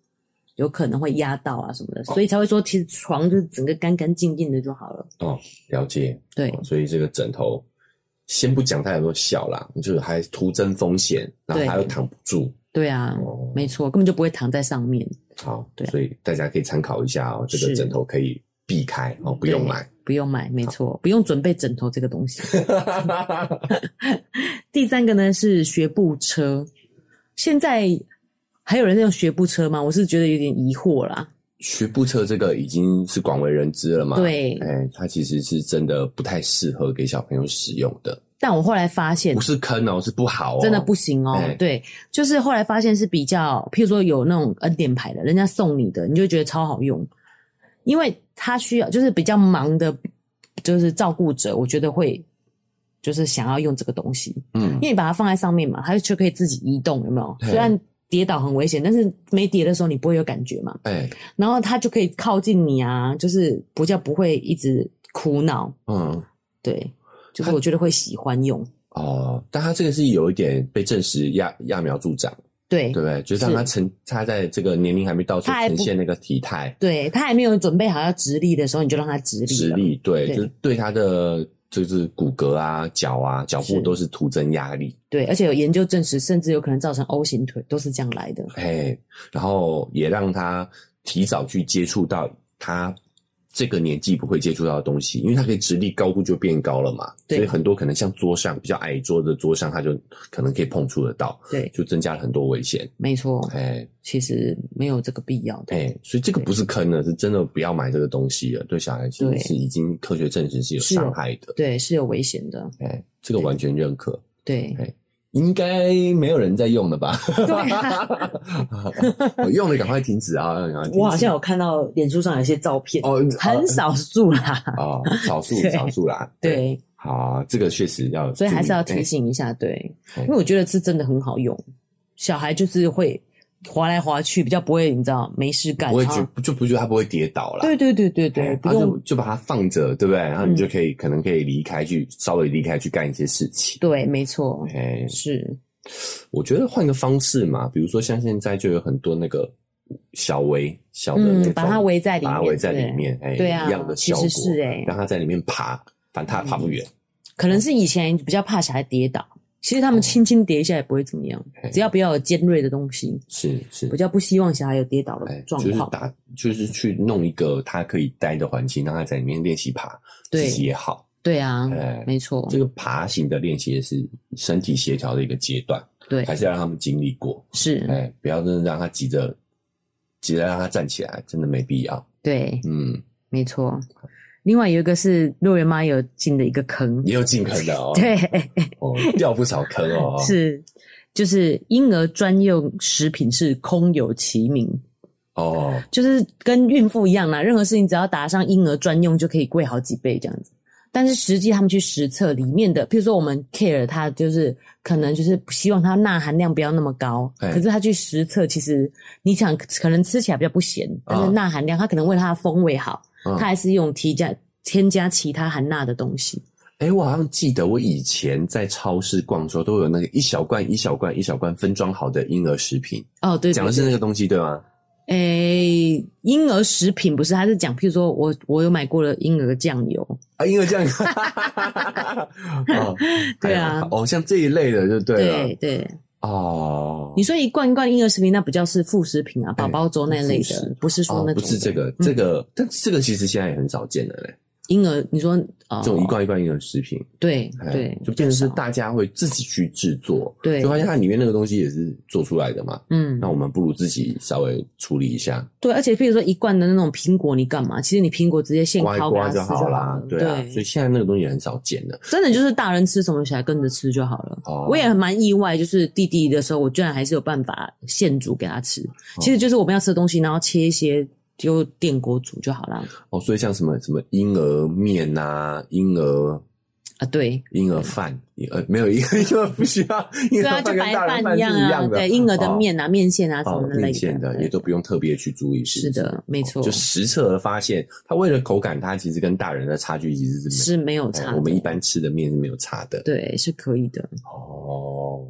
Speaker 1: 有可能会压到啊什么的，所以才会说，其实床就是整个干干净净的就好了。
Speaker 2: 哦，了解。
Speaker 1: 对，
Speaker 2: 哦所以这个枕头，先不讲它有没有效啦，就是还徒增风险，然后
Speaker 1: 对
Speaker 2: 它又躺不住。
Speaker 1: 对啊，
Speaker 2: 哦
Speaker 1: 没错，根本就不会躺在上面，
Speaker 2: 好，
Speaker 1: 对啊
Speaker 2: 所以大家可以参考一下哦，这个
Speaker 1: 是
Speaker 2: 枕头可以避开哦，不用买。 [LAUGHS]
Speaker 1: 不用买，没错，不用准备枕头这个东西。第三个呢是学步车，现在还有人在用学步车吗？我是觉得有点疑惑啦。
Speaker 2: 学步车这个已经是广为人知了嘛？。
Speaker 1: 对，
Speaker 2: 哎，它其实是真的不太适合给小朋友使用的，
Speaker 1: 但我后来发现
Speaker 2: 不是坑哦，是不好哦，
Speaker 1: 嗯真的不行哦
Speaker 2: 哎。
Speaker 1: 对，就是后来发现是比较，譬如说有那种恩典牌的，人家送你的，你就觉得超好用，因为他需要就是比较忙的，就是照顾者，我觉得会就是想要用这个东西，
Speaker 2: 嗯
Speaker 1: 因为你把它放在上面嘛，它就可以自己移动，有没有？
Speaker 2: 嗯
Speaker 1: 虽然跌倒很危险，但是没跌的时候你不会有感觉嘛，
Speaker 2: 哎
Speaker 1: 然后它就可以靠近你啊，就是不叫不会一直苦恼，
Speaker 2: 嗯。
Speaker 1: 对，就是我觉得会喜欢用，
Speaker 2: 哦，但他这个是有一点被证实揠揠苗助长，
Speaker 1: 对
Speaker 2: 对不。对？就是让他呈他在这个年龄还没到时候
Speaker 1: 他还不
Speaker 2: 呈现那个体态、
Speaker 1: 对他还没有准备好要直立的时候，你就让他直立
Speaker 2: 实
Speaker 1: 了。
Speaker 2: 力，对，
Speaker 1: 对
Speaker 2: 就是对他的就是骨骼啊、脚啊、脚
Speaker 1: 是
Speaker 2: 部都是徒增压力，
Speaker 1: 对，而且有研究证实，甚至有可能造成 O 型腿，都是这样来的。
Speaker 2: 哎，然后也让他提早去接触到他。这个年纪不会接触到的东西，因为他可以直立，高度就变高了嘛，
Speaker 1: 对
Speaker 2: 所以很多可能像桌上比较矮桌的桌上，他就可能可以碰触得到，
Speaker 1: 对，
Speaker 2: 就增加了很多危险。
Speaker 1: 没错，
Speaker 2: 哎，
Speaker 1: 其实没有这个必要的。
Speaker 2: 哎、所以这个不是坑了，是真的不要买这个东西了。对小孩其
Speaker 1: 对
Speaker 2: 实是已经科学证实是有
Speaker 1: 是哦有
Speaker 2: 伤害的。
Speaker 1: 对，是有危险的。
Speaker 2: 哎、这个完全认可。
Speaker 1: [LAUGHS] 对，
Speaker 2: 应该没有人在用了吧？
Speaker 1: 对啊
Speaker 2: 我 [LAUGHS] 用了赶快停止啊！赶快停止
Speaker 1: 我好像有看到脸书上有一些照片，
Speaker 2: 哦
Speaker 1: 很少数啦。
Speaker 2: 哦，少数
Speaker 1: 对
Speaker 2: 少数啦。，
Speaker 1: 对，
Speaker 2: 好，啊这个确实要，
Speaker 1: 所以还是要提。醒一下，对，
Speaker 2: 哎
Speaker 1: 因为我觉得是真的很好用。小孩就是会滑来滑去，比较不会，你知道，没事
Speaker 2: 哎
Speaker 1: 干。
Speaker 2: 不会
Speaker 1: 然后
Speaker 2: 觉就不觉得他不会跌倒啦。
Speaker 1: 对对对对
Speaker 2: 哎
Speaker 1: 对，不
Speaker 2: 然后就
Speaker 1: 用
Speaker 2: 就把它放着，对不对？然后
Speaker 1: 嗯
Speaker 2: 你就可以可能可以离开去稍微离开去干一些事情。
Speaker 1: 对，没错，
Speaker 2: 哎，
Speaker 1: 是
Speaker 2: 我觉得换个方式嘛，比如说像现在就有很多那个小围小的那
Speaker 1: 嗯
Speaker 2: 种，
Speaker 1: 把它围在里面，
Speaker 2: 把它围在里
Speaker 1: 对
Speaker 2: 面，哎，
Speaker 1: 对啊
Speaker 2: 一样的效果，
Speaker 1: 其实是哎嗯
Speaker 2: 让它在里面爬，反正它爬不远。
Speaker 1: 可能是以前比较怕小孩跌倒，其实他们
Speaker 2: 哦
Speaker 1: 轻轻叠一下也不会怎么样，
Speaker 2: 嘿
Speaker 1: 只要不要有尖锐的东西，
Speaker 2: 是是
Speaker 1: 比，较不希望小孩有跌倒
Speaker 2: 哎
Speaker 1: 的，
Speaker 2: 就
Speaker 1: 状
Speaker 2: 是
Speaker 1: 况。
Speaker 2: 打，就是去弄一个他可以待的环境，让他在里面练习爬，
Speaker 1: 对
Speaker 2: 自己也好。
Speaker 1: 对啊
Speaker 2: 哎，
Speaker 1: 没错
Speaker 2: 这，个爬行的练习也是身体协调的一个阶段，
Speaker 1: 对，
Speaker 2: 还是要让他们经历过。
Speaker 1: 是，
Speaker 2: 哎，不要真的让他急着，急着让他站起来，真的没必要。
Speaker 1: 对，
Speaker 2: 嗯，
Speaker 1: 没错。另外有一个是肉圆妈有进的一个坑，
Speaker 2: 也有进坑的哦，
Speaker 1: [LAUGHS] 对，
Speaker 2: 哦，掉不少坑哦。，
Speaker 1: [LAUGHS] 是就是婴儿专用食品是空有其名，
Speaker 2: 哦，
Speaker 1: 就是跟孕妇一样啦，任何事情只要打上婴儿专用就可以贵好几倍这样子。但是实际他们去实测里面的，譬如说我们 care 它就是可能就是希望它钠含量不要那么高，
Speaker 2: 哎
Speaker 1: 可是它去实测，其实你想可能吃起来比较不咸，
Speaker 2: 啊
Speaker 1: 但是钠含量它可能为它的风味好，
Speaker 2: 嗯
Speaker 1: 它还是用添加添加其他含钠的东西。
Speaker 2: 哎、我好像记得我以前在超市逛的时候，都有那个一小罐、一小罐、一小罐分装好的婴儿食品，
Speaker 1: 哦，对，
Speaker 2: 讲的是那个东西对吗？
Speaker 1: 诶、婴儿食品不是，它是讲譬如说我我有买过了婴儿酱油，
Speaker 2: 啊，婴儿酱，
Speaker 1: [LAUGHS]
Speaker 2: [LAUGHS] 哦
Speaker 1: 对啊
Speaker 2: 还有哦，像这一类的就对啊了，
Speaker 1: 对对，
Speaker 2: 哦，
Speaker 1: 你说一罐一罐婴儿食品，那比较是副食品啊，宝宝粥那类
Speaker 2: 副食
Speaker 1: 的，嗯不是说
Speaker 2: 哦
Speaker 1: 那，
Speaker 2: 不
Speaker 1: 种
Speaker 2: 哎是这个，这个，但是这个其实现在也很少见了嘞，
Speaker 1: 婴儿。你说哦，
Speaker 2: 这种一罐一罐婴儿食品，
Speaker 1: 对
Speaker 2: 哎
Speaker 1: 对，
Speaker 2: 就变成是
Speaker 1: 比较少
Speaker 2: 大家会自己去制作，
Speaker 1: 对
Speaker 2: 就发现它里面那个东西也是做出来的嘛，
Speaker 1: 嗯
Speaker 2: 那我们不如自己稍微处理一下，
Speaker 1: 对，而且譬如说一罐的那种苹果，你干嘛？其实你苹果直接现
Speaker 2: 刮一
Speaker 1: 烤给他
Speaker 2: 刮
Speaker 1: 吃
Speaker 2: 就好啦
Speaker 1: 了，
Speaker 2: 对啊，所以现在那个东西也很少见了。
Speaker 1: 真的就是大人吃什么，小孩跟着吃就好了。
Speaker 2: 哦
Speaker 1: 我也蛮意外，就是弟弟的时候，我居然还是有办法现煮给他吃。
Speaker 2: 哦
Speaker 1: 其实就是我们要吃的东西，然后切一些就电锅煮就好
Speaker 2: [LAUGHS]
Speaker 1: 啦。
Speaker 2: 哦，所以像什么什么婴儿面啊，婴儿
Speaker 1: 啊，对，
Speaker 2: 婴儿饭，呃，没有 [LAUGHS] 婴儿婴儿不需要，婴
Speaker 1: 对
Speaker 2: 儿
Speaker 1: 啊，就
Speaker 2: 饭跟
Speaker 1: 白
Speaker 2: 大人
Speaker 1: 饭
Speaker 2: 饭
Speaker 1: 一
Speaker 2: 是
Speaker 1: 样啊，
Speaker 2: 的，
Speaker 1: 对，婴儿的
Speaker 2: 哦
Speaker 1: 面啊、面线啊什
Speaker 2: 哦
Speaker 1: 么的类
Speaker 2: 面线的
Speaker 1: 对
Speaker 2: 也都不用特别去注意，
Speaker 1: 是
Speaker 2: 不是。哦
Speaker 1: 的，没错，
Speaker 2: 就实测而发现，它为了口感，它其实跟大人的差距其实是没
Speaker 1: 是没有差
Speaker 2: 哎
Speaker 1: 的。
Speaker 2: 我们一般吃的面是没有差的。
Speaker 1: 对是可以的，
Speaker 2: 哦，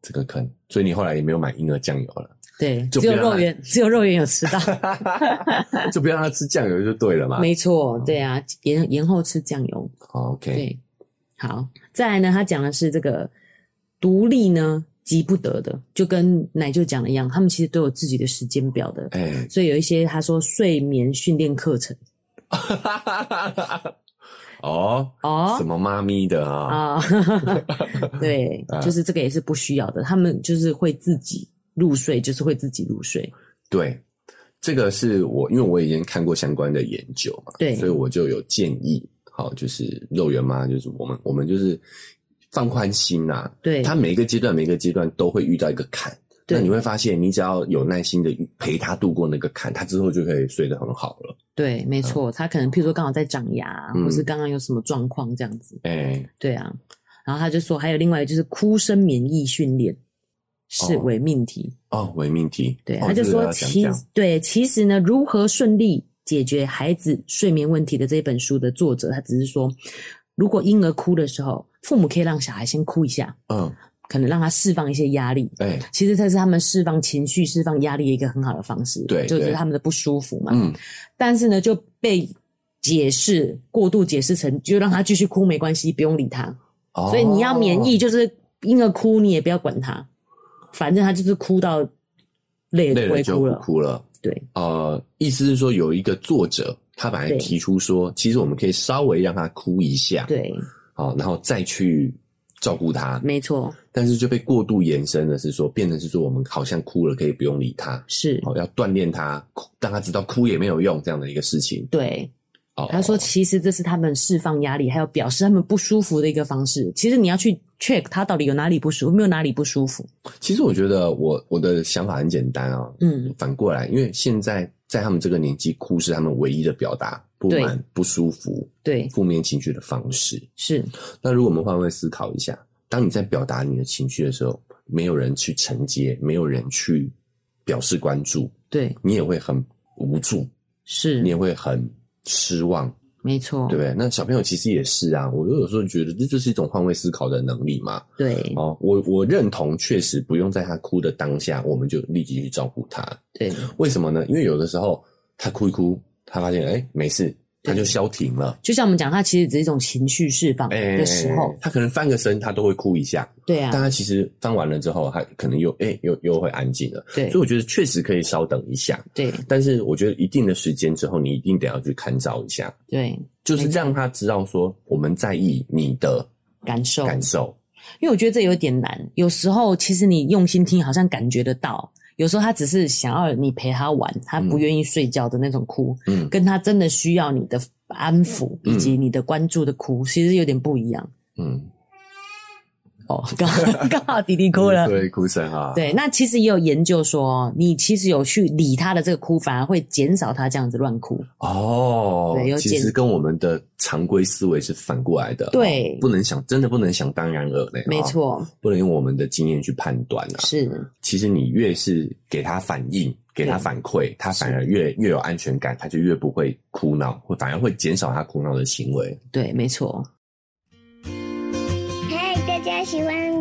Speaker 2: 这个坑，所以你后来也没有买婴儿酱油了， [LAUGHS]
Speaker 1: 对，
Speaker 2: 就
Speaker 1: 只有
Speaker 2: 不要
Speaker 1: 肉
Speaker 2: 让 [LAUGHS]
Speaker 1: 圆，只有肉圆有吃到，
Speaker 2: 就不要让他吃酱油就对了嘛。
Speaker 1: 没错，对啊，延延后吃酱油，
Speaker 2: 哦 OK，
Speaker 1: 对，好，再来呢，他讲的是这个独立呢急不得的，就跟奶舅讲的一样，他们其实都有自己的时间表的。
Speaker 2: 哎，
Speaker 1: 所以有一些他说睡眠训练课程
Speaker 2: [LAUGHS] 哦，
Speaker 1: 哦
Speaker 2: 什么妈咪的啊？ [LAUGHS]
Speaker 1: 啊，对，就是这个也是不需要的，他们就是会自己入睡，就是会自己入睡。
Speaker 2: 对，这个是我，因为我已经看过相关的研究嘛，
Speaker 1: 对
Speaker 2: 所以我就有建议，好，就是肉圆妈，就是我们，我们就是放宽心呐、
Speaker 1: 对，
Speaker 2: 他每一个阶段，每一个阶段都会遇到一个坎。
Speaker 1: 对
Speaker 2: 那你会发现，你只要有耐心的陪他度过那个坎，他之后就可以睡得很好了。
Speaker 1: 对，没错，他可能譬如说刚好在长牙，
Speaker 2: 嗯
Speaker 1: 或是刚刚有什么状况这样子，
Speaker 2: 哎、
Speaker 1: 对啊。然后他就说，还有另外一个就是哭声免疫训练是
Speaker 2: 哦
Speaker 1: 伪命题，
Speaker 2: 哦，伪命题，
Speaker 1: 对，
Speaker 2: 哦
Speaker 1: 他就
Speaker 2: 这个
Speaker 1: 说
Speaker 2: 要讲
Speaker 1: 其
Speaker 2: 讲
Speaker 1: 对其实呢，如何顺利解决孩子睡眠问题的这本书的作者，他只是说，如果婴儿哭的时候，父母可以让小孩先哭一下，
Speaker 2: 嗯，
Speaker 1: 可能让他释放一些压力。
Speaker 2: 哎、
Speaker 1: 其实这是他们释放情绪、释放压力的一个很好的方式，
Speaker 2: 对
Speaker 1: 就是
Speaker 2: 对
Speaker 1: 他们的不舒服嘛。
Speaker 2: 嗯，
Speaker 1: 但是呢就被解释过度解释成就让他继续哭没关系，不用理他。
Speaker 2: 哦
Speaker 1: 所以你要免疫，就是婴儿哭你也不要管他，反正他就是哭到累
Speaker 2: 累
Speaker 1: 不
Speaker 2: 了
Speaker 1: 会
Speaker 2: 就
Speaker 1: 哭
Speaker 2: 不
Speaker 1: 了。
Speaker 2: 哭了。
Speaker 1: 对
Speaker 2: 呃，意思是说有一个作者，他本来
Speaker 1: 对
Speaker 2: 提出说，其实我们可以稍微让他哭一下，，
Speaker 1: 对，
Speaker 2: 好、然后再去照顾他，
Speaker 1: 没错，
Speaker 2: 但是就被过度延伸了，是说变成是说我们好像哭了可以不用理他，
Speaker 1: 是，
Speaker 2: 哦，要锻炼他，哭让他知道哭也没有用这样的一个事情。
Speaker 1: 对。
Speaker 2: 哦，
Speaker 1: 他说，其实这是他们释放压力，还有表示他们不舒服的一个方式。其实你要去 check 他到底有哪里不舒服，有没有哪里不舒服。
Speaker 2: 其实我觉得我我的想法很简单啊、
Speaker 1: 嗯，
Speaker 2: 反过来，因为现在在他们这个年纪，哭是他们唯一的表达不满、不舒服、
Speaker 1: 对，
Speaker 2: 负面情绪的方式。
Speaker 1: 是
Speaker 2: 那如果我们换位思考一下，当你在表达你的情绪的时候，没有人去承接，没有人去表示关注，
Speaker 1: 对，
Speaker 2: 你也会很无助，
Speaker 1: 是
Speaker 2: 你，也会很失望，
Speaker 1: 没错，
Speaker 2: 对不对？那小朋友其实也是啊，我有时候觉得这就是一种换位思考的能力嘛。
Speaker 1: 对，
Speaker 2: 哦，我我认同，确实不用在他哭的当下，我们就立即去照顾他。
Speaker 1: 对，
Speaker 2: 为什么呢？因为有的时候他哭一哭，他发现哎、没事，它就消停了。
Speaker 1: 就像我们讲，它其实只是一种情绪释放的时候，
Speaker 2: 它可能翻个身，它都会哭一下，
Speaker 1: 对啊
Speaker 2: 但，它其实翻完了之后，它可能又哎、又又会安静了。
Speaker 1: 对
Speaker 2: 所以我觉得确实可以稍等一下，
Speaker 1: 对
Speaker 2: 但是我觉得一定的时间之后，你一定得要去看照一下，
Speaker 1: 对，
Speaker 2: 就是让他知道说我们在意你的
Speaker 1: 感受，
Speaker 2: 感受。
Speaker 1: 因为我觉得这有点难。有时候其实你用心听，好像感觉得到；有时候他只是想要你陪他玩，他不愿意睡觉的那种哭，
Speaker 2: 嗯
Speaker 1: 跟他真的需要你的安抚
Speaker 2: 嗯
Speaker 1: 以及你的关注的哭，其实有点不一样。
Speaker 2: 嗯，
Speaker 1: 哦，刚好刚好弟弟哭了。
Speaker 2: [LAUGHS] 对，哭声啊，，
Speaker 1: 对，那其实也有研究说，你其实有去理他的这个哭，反而会减少他这样子乱哭。
Speaker 2: 哦
Speaker 1: 对有，
Speaker 2: 其实
Speaker 1: 减
Speaker 2: 跟我们的常规思维是反过来的，
Speaker 1: 对
Speaker 2: 哦不能想，真的不能想当然而嘞，
Speaker 1: 没
Speaker 2: 哦，
Speaker 1: 错，
Speaker 2: 不能用我们的经验去判断啊。
Speaker 1: 是
Speaker 2: 其实你越是给他反应，给他反馈，他反而越越有安全感，他就越不会哭闹，会反而会减少他哭闹的行为。
Speaker 1: 对，没错。
Speaker 3: 嗨，大家喜欢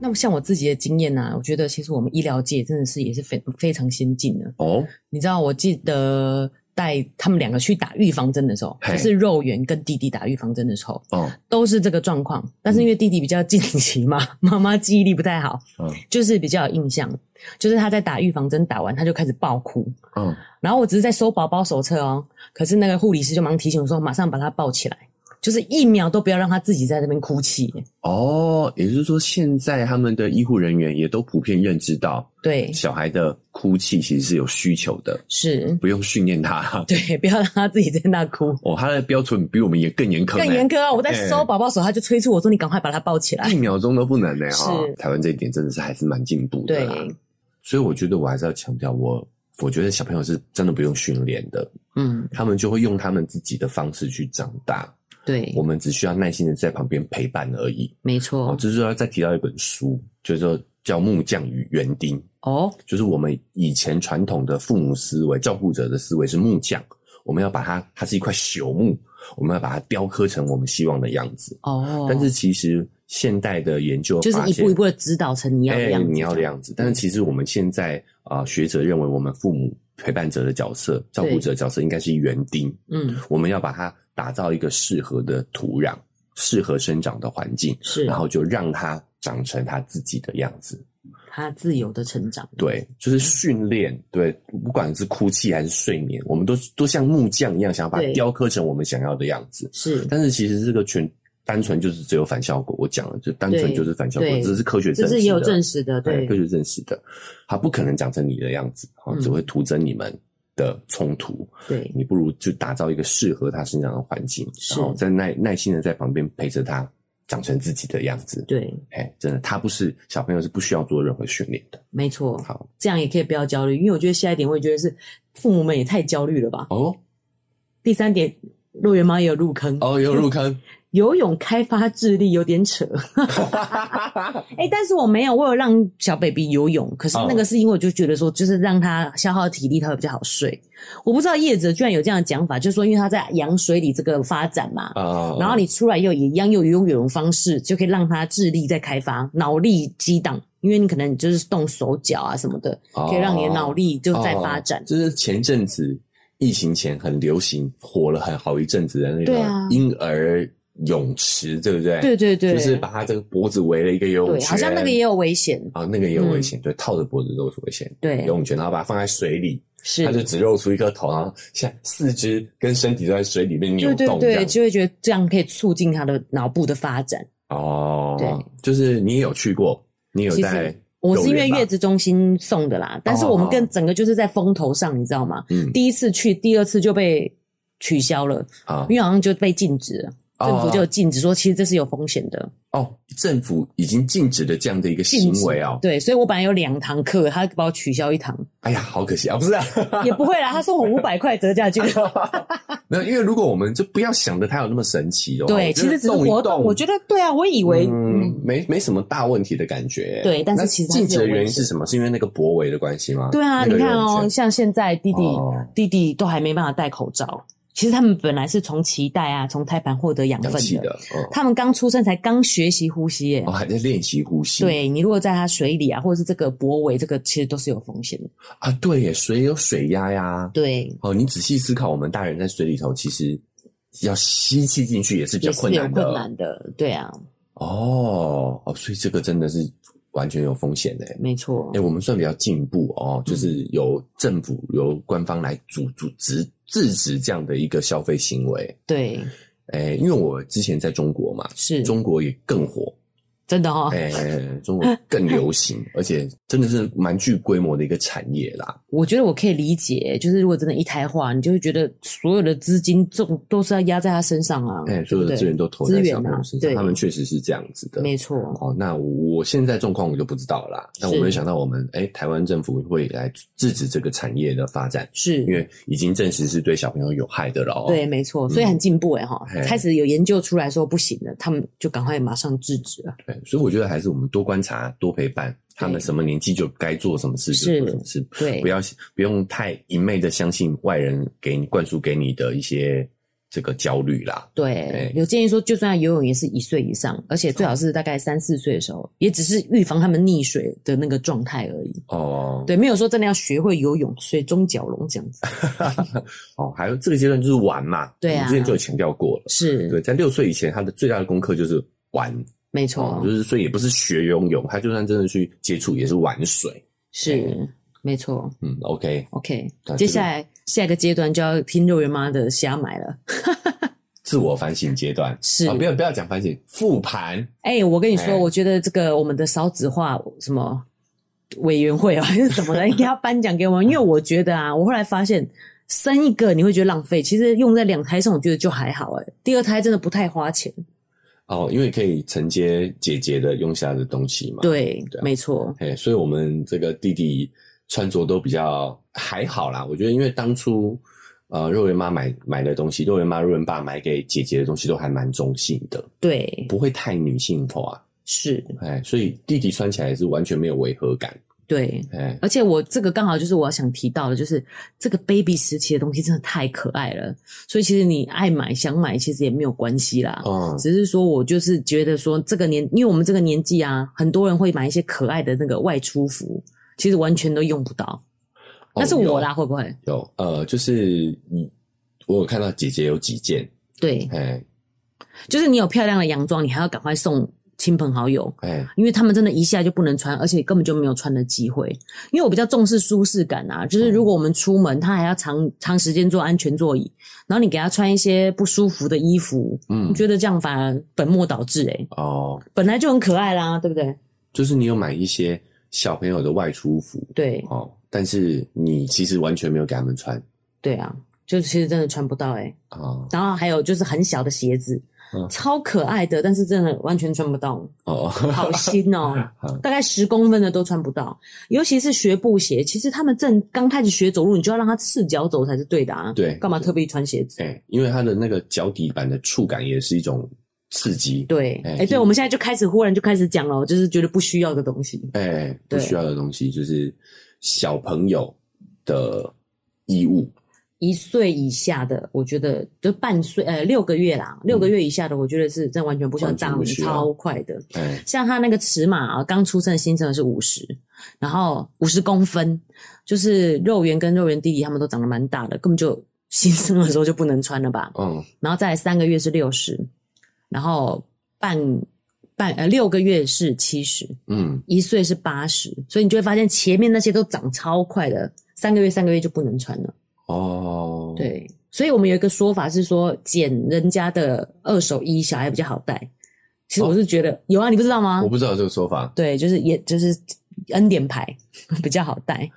Speaker 1: 那么像我自己的经验呢、我觉得其实我们医疗界真的是也是非非常先进的。
Speaker 2: 哦，
Speaker 1: 你知道，我记得带他们两个去打预防针的时候，
Speaker 2: 嘿
Speaker 1: 就是肉圆跟弟弟打预防针的时候，
Speaker 2: 哦，
Speaker 1: 都是这个状况。但是因为弟弟比较近期嘛， [LAUGHS] 妈妈记忆力不太好，
Speaker 2: 嗯，
Speaker 1: 就是比较有印象，就是他在打预防针打完，他就开始爆哭。
Speaker 2: 嗯，
Speaker 1: 然后我只是在收宝宝手册哦，可是那个护理师就忙提醒我说，马上把他抱起来，就是一秒都不要让他自己在那边哭泣。
Speaker 2: 哦，也就是说，现在他们的医护人员也都普遍认知到，
Speaker 1: 对，
Speaker 2: 小孩的哭泣其实是有需求的，
Speaker 1: 是， [LAUGHS]
Speaker 2: 不用训练他。 [LAUGHS]
Speaker 1: 对，不要让他自己在那哭。
Speaker 2: 哦，他的标准比我们也更严苛、
Speaker 1: 更
Speaker 2: 呢
Speaker 1: 严苛哦！我在收宝宝手，他就催促我说：“你赶快把他抱起来。
Speaker 2: 一秒钟都不能呢、哈
Speaker 1: 是，
Speaker 2: 台湾这一点真的是还是蛮进步”的
Speaker 1: 对
Speaker 2: 啦。，所以我觉得我还是要强调我。我觉得小朋友是真的不用训练的，
Speaker 1: 嗯，
Speaker 2: 他们就会用他们自己的方式去长大。
Speaker 1: 对，
Speaker 2: 我们只需要耐心的在旁边陪伴而已。
Speaker 1: 没
Speaker 2: 哦
Speaker 1: 错，。
Speaker 2: 这就是要再提到一本书，就是说叫《木匠与园丁》，
Speaker 1: 哦，
Speaker 2: 就是我们以前传统的父母思维、照顾者的思维是木匠，我们要把它，它是一块朽木，我们要把它雕刻成我们希望的样子。
Speaker 1: 哦，
Speaker 2: 但是其实现代的研究
Speaker 1: 就是
Speaker 2: 发
Speaker 1: 一
Speaker 2: 现
Speaker 1: 步一步的指导成你要的
Speaker 2: 哎，
Speaker 1: 样子，
Speaker 2: 你要的样子。但是其实我们现在啊、呃学者认为我们父母陪伴者的角色、照顾者的角色应该是园丁，
Speaker 1: 嗯，
Speaker 2: 我们要把它打造一个适合的土壤、适合生长的环境，
Speaker 1: 是
Speaker 2: 然后就让它长成它自己的样子。
Speaker 1: 他自由的成长，
Speaker 2: 对，就是训练，对，不管是哭泣还是睡眠，我们都都像木匠一样，想要把它
Speaker 1: 对
Speaker 2: 雕刻成我们想要的样子。
Speaker 1: 是，
Speaker 2: 但是其实这个全单纯就是只有反效果，我讲了，就单纯
Speaker 1: 对
Speaker 2: 就是反效果，
Speaker 1: 对
Speaker 2: 这是科学
Speaker 1: 这
Speaker 2: 证实的，哎
Speaker 1: 是也有证实的，
Speaker 2: 对，
Speaker 1: 对
Speaker 2: 科，学证实的，它不可能长成你的样子，哦
Speaker 1: 嗯
Speaker 2: 只会徒增你们的冲突。
Speaker 1: 对，
Speaker 2: 你不如就打造一个适合它生长的环境，
Speaker 1: 是
Speaker 2: 然后再耐耐心的在旁边陪着它长成自己的样子。
Speaker 1: 对，
Speaker 2: 哎，真的，他不是小朋友是不需要做任何训练的。
Speaker 1: 没错，
Speaker 2: 好
Speaker 1: 这样也可以不要焦虑，因为我觉得下一点，我也觉得是父母们也太焦虑了吧。
Speaker 2: 哦
Speaker 1: 第三点，肉圆妈也有入坑，
Speaker 2: 哦，有入 [LAUGHS] 坑，
Speaker 1: 游泳开发智力有点
Speaker 2: [LAUGHS]
Speaker 1: 扯，哎、但是我没有，我有让小 baby 游泳，可是那
Speaker 2: 哦
Speaker 1: 个是因为我就觉得说，就是让他消耗体力，他会比较好睡。我不知道业者居然有这样的讲法，就是说因为他在羊水里这个发展嘛，
Speaker 2: 啊
Speaker 1: 哦然后你出来以后也一样用游泳方式，就可以让他智力在开发，脑力激荡，因为你可能就是动手脚啊什么的，
Speaker 2: 哦
Speaker 1: 可以让你的脑力就在发展。
Speaker 2: 哦就是前阵子疫情前很流行，火了很好一阵子的那
Speaker 1: 对
Speaker 2: 个
Speaker 1: 啊
Speaker 2: 婴儿泳池，对不对？
Speaker 1: 对对对，
Speaker 2: 就是把他这个脖子围了一个游泳
Speaker 1: 对，
Speaker 2: 圈，
Speaker 1: 好像那个也有危险，
Speaker 2: 啊，那个也有危险，对，套着脖子都是危险。
Speaker 1: 对
Speaker 2: 游，泳圈，然后把它放在水里，
Speaker 1: 是
Speaker 2: 它就只露出一颗头，然后像四肢跟身体都在水里面
Speaker 1: 对
Speaker 2: 扭
Speaker 1: 对
Speaker 2: 动这
Speaker 1: 对，
Speaker 2: 样。
Speaker 1: 就会觉得这样可以促进他的脑部的发展。
Speaker 2: 哦，
Speaker 1: 对，
Speaker 2: 就是你也有去过，你有
Speaker 1: 其
Speaker 2: 在
Speaker 1: 实我是因为
Speaker 2: 游园吧哦
Speaker 1: 月子中心送的啦，但是我们跟整个就是在风头上，你知道吗？
Speaker 2: 嗯
Speaker 1: 第一次去，第二次就被取消了，
Speaker 2: 啊
Speaker 1: 因为好像就被禁止了。政府就有禁止说，其实这是有风险的。
Speaker 2: 哦，政府已经禁止了这样的一个行为哦。
Speaker 1: 对，所以我本来有两堂课，他把我取消一
Speaker 2: [LAUGHS]
Speaker 1: 堂，
Speaker 2: 哎呀，好可惜啊，不是啊， [LAUGHS]
Speaker 1: 也不会啦，他送我五百块折价券。
Speaker 2: 没有，因为如果我们就不要想的它有那么神奇哦。
Speaker 1: 对，
Speaker 2: 我觉
Speaker 1: 其
Speaker 2: 得
Speaker 1: 实只是
Speaker 2: 动一
Speaker 1: 活动，
Speaker 2: 动，
Speaker 1: 我觉得对啊，我以为
Speaker 2: 嗯，没没什么大问题的感觉。
Speaker 1: 对但是
Speaker 2: 那
Speaker 1: 其实它是
Speaker 2: 禁止的
Speaker 1: 有
Speaker 2: 原因
Speaker 1: 危险
Speaker 2: 是什么？是因为那个脖围的关系吗？
Speaker 1: 对啊，
Speaker 2: 那个
Speaker 1: 你看
Speaker 2: 游泳
Speaker 1: 哦，
Speaker 2: 圈
Speaker 1: 像现在弟弟、
Speaker 2: 哦
Speaker 1: 弟弟都还没办法戴口罩，其实他们本来是从脐带啊，从胎盘获得养分
Speaker 2: 氧气的，哦
Speaker 1: 他们刚出生才刚学习呼吸耶。
Speaker 2: 哦，还在练习呼吸。
Speaker 1: 对你如果在他水里啊，或者是这个脖围，这个其实都是有风险的。
Speaker 2: 啊，对耶，水有水压呀。
Speaker 1: 对，
Speaker 2: 哦，你仔细思考，我们大人在水里头其实要吸气进去也是比
Speaker 1: 也
Speaker 2: 较
Speaker 1: 是
Speaker 2: 困
Speaker 1: 有
Speaker 2: 难的。
Speaker 1: 困难的。对啊，
Speaker 2: 哦哦，所以这个真的是完全有风险的耶。
Speaker 1: 没错
Speaker 2: 哎、。我们算比较进步
Speaker 1: 嗯
Speaker 2: 哦，就是由政府、由官方来阻阻止制止这样的一个消费行为。
Speaker 1: 对，
Speaker 2: 哎、因为我之前在中国嘛，
Speaker 1: 是
Speaker 2: 中国也更火，
Speaker 1: 真的哦。 [LAUGHS]
Speaker 2: 哎、中国更流行，而且真的是蛮具规模的一个产业啦。
Speaker 1: 我觉得我可以理解，就是如果真的一胎化，你就会觉得所有的资金重都是要压在他身上啊。
Speaker 2: 哎、所有的
Speaker 1: 对
Speaker 2: 资源都投
Speaker 1: 资
Speaker 2: 在
Speaker 1: 源
Speaker 2: 小朋
Speaker 1: 啊
Speaker 2: 友身上，
Speaker 1: 对
Speaker 2: 他们确实是这样子的。
Speaker 1: 没错，
Speaker 2: 哦，那我现在状况我就不知道了啦。但我
Speaker 1: 是
Speaker 2: 没有想到我们哎、台湾政府会来制止这个产业的发展，因
Speaker 1: 是。
Speaker 2: 为已经证实是对小朋友有害的了哦。
Speaker 1: 对，没错，所以很进步哎哈，
Speaker 2: 嘿
Speaker 1: 开始有研究出来说不行了，他们就赶快马上制止了。
Speaker 2: 对，所以我觉得还是我们多观察、多陪伴，他们什么年纪就该做什么事就做什么事，
Speaker 1: 对
Speaker 2: 不，要不用太一昧的相信外人给你灌输给你的一些这个焦虑啦。
Speaker 1: 对
Speaker 2: 哎，
Speaker 1: 有建议说，就算要游泳也是一岁以上，而且最好是大概三四岁的时候，也只是预防他们溺水的那个状态而已。
Speaker 2: 哦，
Speaker 1: 对，没有说真的要学会游泳，水中蛟龙这样
Speaker 2: 啊
Speaker 1: 子。
Speaker 2: 哦，还有这个阶段就是玩嘛，
Speaker 1: 对啊嗯
Speaker 2: 我们之前就有强调过了。对，
Speaker 1: 是，
Speaker 2: 在六岁以前，他的最大的功课就是玩，
Speaker 1: 没错，
Speaker 2: 就是所以也不是学游泳，他就算真的去接触也是玩水。
Speaker 1: 是没错。
Speaker 2: 嗯，OK，
Speaker 1: OK，
Speaker 2: 那
Speaker 1: 接
Speaker 2: 这个
Speaker 1: 下来下一个阶段就要听肉圆妈的瞎买了。
Speaker 2: 自我反省阶段
Speaker 1: 是
Speaker 2: 啊，不要不要讲反省，复盘
Speaker 1: 哎、我跟你说，
Speaker 2: 哎
Speaker 1: 我觉得这个我们的少子化什么委员会啊， [LAUGHS] 还是什么的，应该要颁奖给我们，因为我觉得啊，我后来发现生一个你会觉得浪费，其实用在两胎上，我觉得就还好、哎，第二胎真的不太花钱。
Speaker 2: 哦，因为可以承接姐姐的用下的东西嘛。，
Speaker 1: 对，
Speaker 2: 对啊
Speaker 1: 没错，
Speaker 2: 哎，所以我们这个弟弟穿着都比较还好啦。我觉得，因为当初呃，肉圆妈买买的东西，肉圆妈、肉圆爸买给姐姐的东西都还蛮中性的，
Speaker 1: 对，
Speaker 2: 不会太女性化。
Speaker 1: 是，
Speaker 2: 哎，所以弟弟穿起来是完全没有违和感。
Speaker 1: 对。
Speaker 2: 哎，
Speaker 1: 而且我这个刚好就是我想提到的，就是这个 baby 时期的东西真的太可爱了，所以其实你爱买想买其实也没有关系啦。
Speaker 2: 嗯，
Speaker 1: 只是说我就是觉得说这个年，因为我们这个年纪啊，很多人会买一些可爱的那个外出服，其实完全都用不到。
Speaker 2: 哦
Speaker 1: 那是我啦，。会不会？
Speaker 2: 有有，呃，就是你，我有看到姐姐有几件，
Speaker 1: 对，
Speaker 2: 哎
Speaker 1: 就是你有漂亮的洋装，你还要赶快送亲朋好友。
Speaker 2: 哎，
Speaker 1: 因为他们真的一下就不能穿，而且根本就没有穿的机会。因为我比较重视舒适感啊，就是如果我们出门，他还要长长时间坐安全座椅，然后你给他穿一些不舒服的衣服，
Speaker 2: 嗯
Speaker 1: 我，觉得这样反而本末倒置诶、欸
Speaker 2: 哦，
Speaker 1: 本来就很可爱啦，对不对？
Speaker 2: 就是你有买一些小朋友的外出服，
Speaker 1: 对
Speaker 2: 哦，但是你其实完全没有给他们穿
Speaker 1: 对啊，就其实真的穿不到诶、欸
Speaker 2: 啊、
Speaker 1: 然后还有就是很小的鞋子，
Speaker 2: 嗯
Speaker 1: 超可爱的，但是真的完全穿不到。
Speaker 2: 哦， [LAUGHS]
Speaker 1: 好新哦
Speaker 2: 好，
Speaker 1: 大概十公分的都穿不到，尤其是学步鞋。其实他们正刚开始学走路，你就要让他赤脚走才是对的啊。
Speaker 2: 对
Speaker 1: 干嘛特别穿鞋子？
Speaker 2: 哎、因为它的那个脚底板的触感也是一种刺激，，
Speaker 1: 对，
Speaker 2: 哎
Speaker 1: 哎、
Speaker 2: 其实
Speaker 1: 对，我们现在就开始忽然就开始讲了，哦就是觉得不需要的东西。
Speaker 2: 哎、不
Speaker 1: 对
Speaker 2: 需要的东西就是小朋友的衣物，
Speaker 1: 一岁以下的，我觉得就半岁，呃，六个月啦，六个月以下的，我觉得是真的完全不需要，
Speaker 2: 嗯完全
Speaker 1: 涨
Speaker 2: 不需要
Speaker 1: 超快的。
Speaker 2: 哎、
Speaker 1: 像他那个尺码啊，刚出生的新生儿是五十，然后五十公分，就是肉圆跟肉圆弟弟他们都长得蛮大的，根本就新生儿的时候就不能穿了吧？
Speaker 2: 嗯，
Speaker 1: 然后再来三个月是六十，然后半半呃六个月是七十，
Speaker 2: 嗯，
Speaker 1: 一岁是八十，所以你就会发现前面那些都长超快的，三个月三个月就不能穿了。
Speaker 2: 哦，，
Speaker 1: 对，所以我们有一个说法是说捡人家的二手衣，小孩比较好带。其实我是觉得、有啊，你不知道吗
Speaker 2: 我？不知道这个说法，
Speaker 1: [LAUGHS] 对，就是也就是恩典牌比较好带。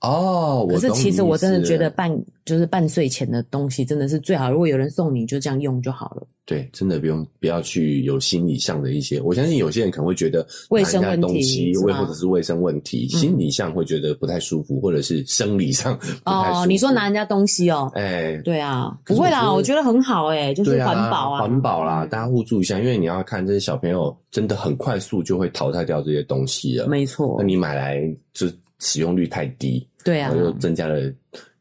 Speaker 2: 哦，我
Speaker 1: 可是
Speaker 2: 懂
Speaker 1: 其
Speaker 2: 你
Speaker 1: 实我
Speaker 2: 意
Speaker 1: 真的
Speaker 2: 思
Speaker 1: 觉得
Speaker 2: 了
Speaker 1: 半就是半岁前的东西真的是最好，如果有人送你就这样用就好了。
Speaker 2: 对，真的不用不要去有心理上的一些，我相信有些人可能会觉得
Speaker 1: 卫生
Speaker 2: 拿人家的
Speaker 1: 问
Speaker 2: 东
Speaker 1: 题
Speaker 2: 西，
Speaker 1: 是
Speaker 2: 为
Speaker 1: 吗嗯
Speaker 2: 或者是卫生问题，心理上会觉得不太舒服，或者是生理上 [LAUGHS] 不太舒
Speaker 1: 哦
Speaker 2: 服。，
Speaker 1: 你说拿人家东西哦？
Speaker 2: 哎。
Speaker 1: 对啊，不
Speaker 2: 可是我
Speaker 1: 会啦，
Speaker 2: 觉得
Speaker 1: 我觉得很好哎、就
Speaker 2: 对
Speaker 1: 是
Speaker 2: 啊，
Speaker 1: 环保啊，
Speaker 2: 环保啦，
Speaker 1: 嗯
Speaker 2: 大家互助一下，因为你要看这些小朋友真的很快速就会淘汰掉这些东西了。
Speaker 1: 没错
Speaker 2: 那，你买来就使用率太低，
Speaker 1: 对
Speaker 2: 然
Speaker 1: 啊
Speaker 2: 后，又增加了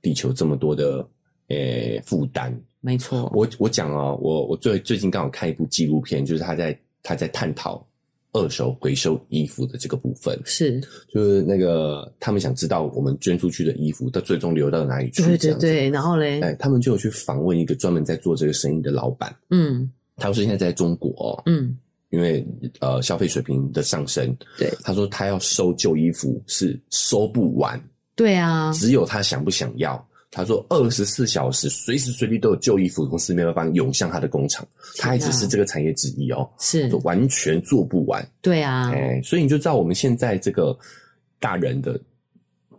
Speaker 2: 地球这么多的诶负担。
Speaker 1: 没错，
Speaker 2: 我我讲哦，我我最最近刚好看一部纪录片，就是他在他在探讨二手回收衣服的这个部分，
Speaker 1: 是
Speaker 2: 就是那个他们想知道我们捐出去的衣服，它最终流到哪里去？
Speaker 1: 对
Speaker 2: 这
Speaker 1: 对
Speaker 2: 样子。
Speaker 1: 对，然后嘞，
Speaker 2: 哎，他们就有去访问一个专门在做这个生意的老板，
Speaker 1: 嗯
Speaker 2: 他说现在在中国、哦，
Speaker 1: 嗯，
Speaker 2: 因为呃消费水平的上升，
Speaker 1: 对
Speaker 2: 他说他要收旧衣服是收不完，
Speaker 1: 对啊，
Speaker 2: 只有他想不想要。他说二十四小时随时随地都有旧衣服公司没有办法涌向他的工厂，他还只是这个产业之一哦，
Speaker 1: 是
Speaker 2: 就，完全做不完。
Speaker 1: 对啊，
Speaker 2: 哎，所以你就知道我们现在这个大人的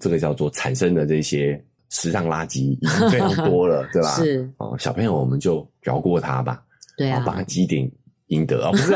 Speaker 2: 这个叫做产生的这些时尚垃圾已经非常
Speaker 1: [LAUGHS]
Speaker 2: 多了，对吧？
Speaker 1: 是，
Speaker 2: 哦，小朋友我们就饶过他吧，
Speaker 1: 对
Speaker 2: 然后把他
Speaker 1: 啊，
Speaker 2: 积点赢得
Speaker 1: [LAUGHS]
Speaker 2: 啊，不是、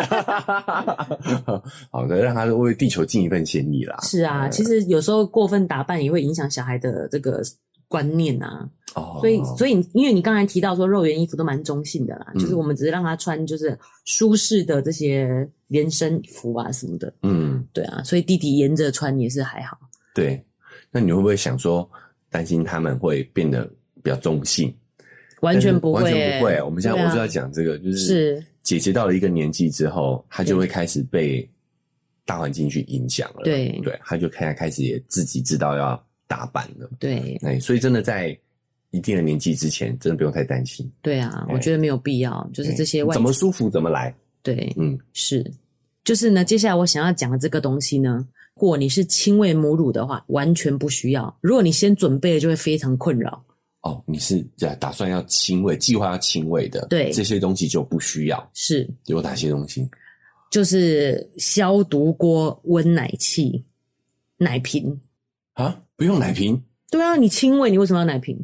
Speaker 2: [LAUGHS] 好的，让他为地球尽一份心力啦。
Speaker 1: 是啊，
Speaker 2: 哎
Speaker 1: 其实有时候过分打扮也会影响小孩的这个观念啊，
Speaker 2: 哦，
Speaker 1: 所以，
Speaker 2: 以
Speaker 1: 所以你因为你刚才提到说肉圆衣服都蛮中性的啦，
Speaker 2: 嗯
Speaker 1: 就是我们只是让他穿就是舒适的这些连身服啊什么的，
Speaker 2: 嗯，
Speaker 1: 对啊，所以弟弟沿着穿也是还好，
Speaker 2: 对，那你会不会想说担心他们会变得比较中性？
Speaker 1: 完全不会、
Speaker 2: 完全不会。我们现在
Speaker 1: 对啊
Speaker 2: 我就要讲这个，就是姐姐到了一个年纪之后，她就会开始被大环境去影响了。
Speaker 1: 对
Speaker 2: 对，她就开开始也自己知道要打扮了。
Speaker 1: 对
Speaker 2: 哎，所以真的在一定的年纪之前，真的不用太担心。
Speaker 1: 对啊，
Speaker 2: 哎
Speaker 1: 我觉得没有必要，就是这些
Speaker 2: 哎
Speaker 1: 外
Speaker 2: 怎么舒服怎么来。
Speaker 1: 对
Speaker 2: 嗯，
Speaker 1: 是，就是呢，接下来我想要讲的这个东西呢，如果你是亲喂母乳的话，完全不需要；如果你先准备了，就会非常困扰。
Speaker 2: 哦，你是打打算要亲喂，计划要亲喂的，
Speaker 1: 对
Speaker 2: 这些东西就不需要。
Speaker 1: 是，
Speaker 2: 有哪些东西？
Speaker 1: 就是消毒锅、温奶器、奶瓶。
Speaker 2: 啊，不用奶瓶，
Speaker 1: 对啊，你亲喂，你为什么要奶瓶？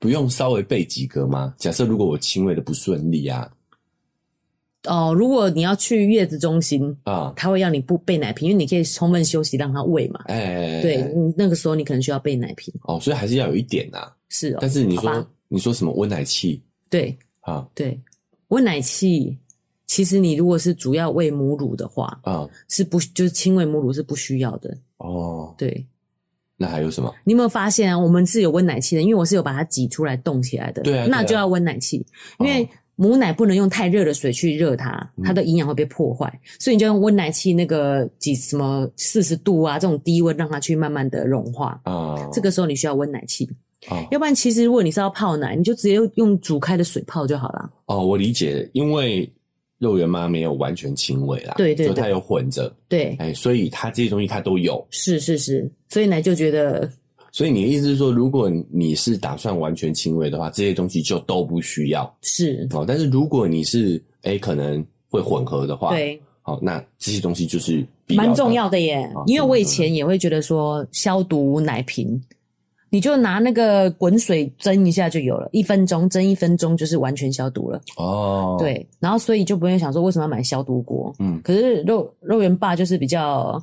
Speaker 2: 不用稍微备几个吗？假设如果我亲喂的不顺利啊
Speaker 1: 哦，如果你要去月子中心，
Speaker 2: 啊，
Speaker 1: 他会让你不备奶瓶，因为你可以充分休息让他喂嘛。
Speaker 2: 哎、
Speaker 1: 对，你那个时候你可能需要备奶瓶。
Speaker 2: 哦，所以还是要有一点呐、啊
Speaker 1: 是哦，
Speaker 2: 但是你
Speaker 1: 好
Speaker 2: 说
Speaker 1: 吧
Speaker 2: 你说什么温奶器
Speaker 1: 对
Speaker 2: 啊
Speaker 1: 对，喂奶器，其实你如果是主要喂母乳的话，
Speaker 2: 啊
Speaker 1: 是不就是亲喂母乳是不需要的。
Speaker 2: 哦，
Speaker 1: 对，
Speaker 2: 那还有什么？
Speaker 1: 你有没有发现啊？我们是有温奶器的，因为我是有把它挤出来冻起来的。
Speaker 2: 对啊对啊
Speaker 1: 那就要温奶器，因为
Speaker 2: 哦嗯
Speaker 1: 母奶不能用太热的水去热它，它的营养会被破坏，所以你就用温奶器那个几什么四十度啊这种低温让它去慢慢的融化。
Speaker 2: 啊，
Speaker 1: 这个时候你需要温奶器，
Speaker 2: 哦
Speaker 1: 要不然其实如果你是要泡奶，你就直接用煮开的水泡就好了。
Speaker 2: 哦，我理解了，因为肉圆妈没有完全亲喂啦，
Speaker 1: 对对
Speaker 2: 就
Speaker 1: 对
Speaker 2: 她有混着，
Speaker 1: 对，
Speaker 2: 哎、所以她这些东西她都有。
Speaker 1: 是是是，所以奶就觉得
Speaker 2: 所以你的意思是说，如果你是打算完全亲喂的话，这些东西就都不需要
Speaker 1: 是
Speaker 2: 哦。但是如果你是哎、可能会混合的话，，
Speaker 1: 对。
Speaker 2: 好、那这些东西就是必
Speaker 1: 蛮
Speaker 2: 的
Speaker 1: 重要的耶
Speaker 2: 啊，
Speaker 1: 因为我以前也会觉得说消毒奶瓶，你就拿那个滚水蒸一下就有了，一分钟蒸一分钟就是完全消毒了。
Speaker 2: 哦。，
Speaker 1: 对，然后所以就不用想说为什么要买消毒锅。
Speaker 2: 嗯，
Speaker 1: 可是肉肉圆爸就是比较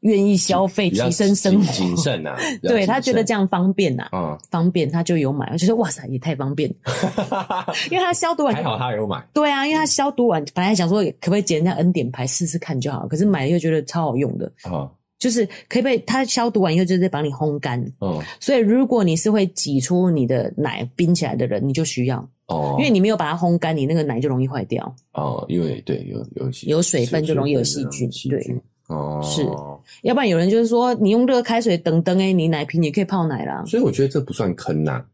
Speaker 1: 愿意消费，
Speaker 2: 比较
Speaker 1: 提升生活，
Speaker 2: 谨谨
Speaker 1: [LAUGHS]
Speaker 2: 慎啊，比较
Speaker 1: 对他觉
Speaker 2: 谨
Speaker 1: 得
Speaker 2: 慎
Speaker 1: 这样方便呐、
Speaker 2: 嗯，
Speaker 1: 方便他就有买，我就说哇塞，也太方
Speaker 2: [LAUGHS]
Speaker 1: 便，因为他消毒完
Speaker 2: 还好他有买，
Speaker 1: 对啊，因为他消毒完，本来想说可不可以捡人家恩典牌试试看就好，可是买了又觉得超好用的，
Speaker 2: 哦，
Speaker 1: 就是可以被它消毒完以后，就是帮你烘干。
Speaker 2: 嗯，
Speaker 1: 所以如果你是会挤出你的奶冰起来的人，你就需要，
Speaker 2: 哦，
Speaker 1: 因为你没有把它烘干，你那个奶就容易坏掉。
Speaker 2: 哦，因为对有有细
Speaker 1: 有水分就容易有
Speaker 2: 水分
Speaker 1: 细菌对
Speaker 2: 哦，
Speaker 1: 是要不然有人就是说，你用热开水等等哎，你奶瓶也可以泡奶啦。
Speaker 2: 所以我觉得这不算坑呐、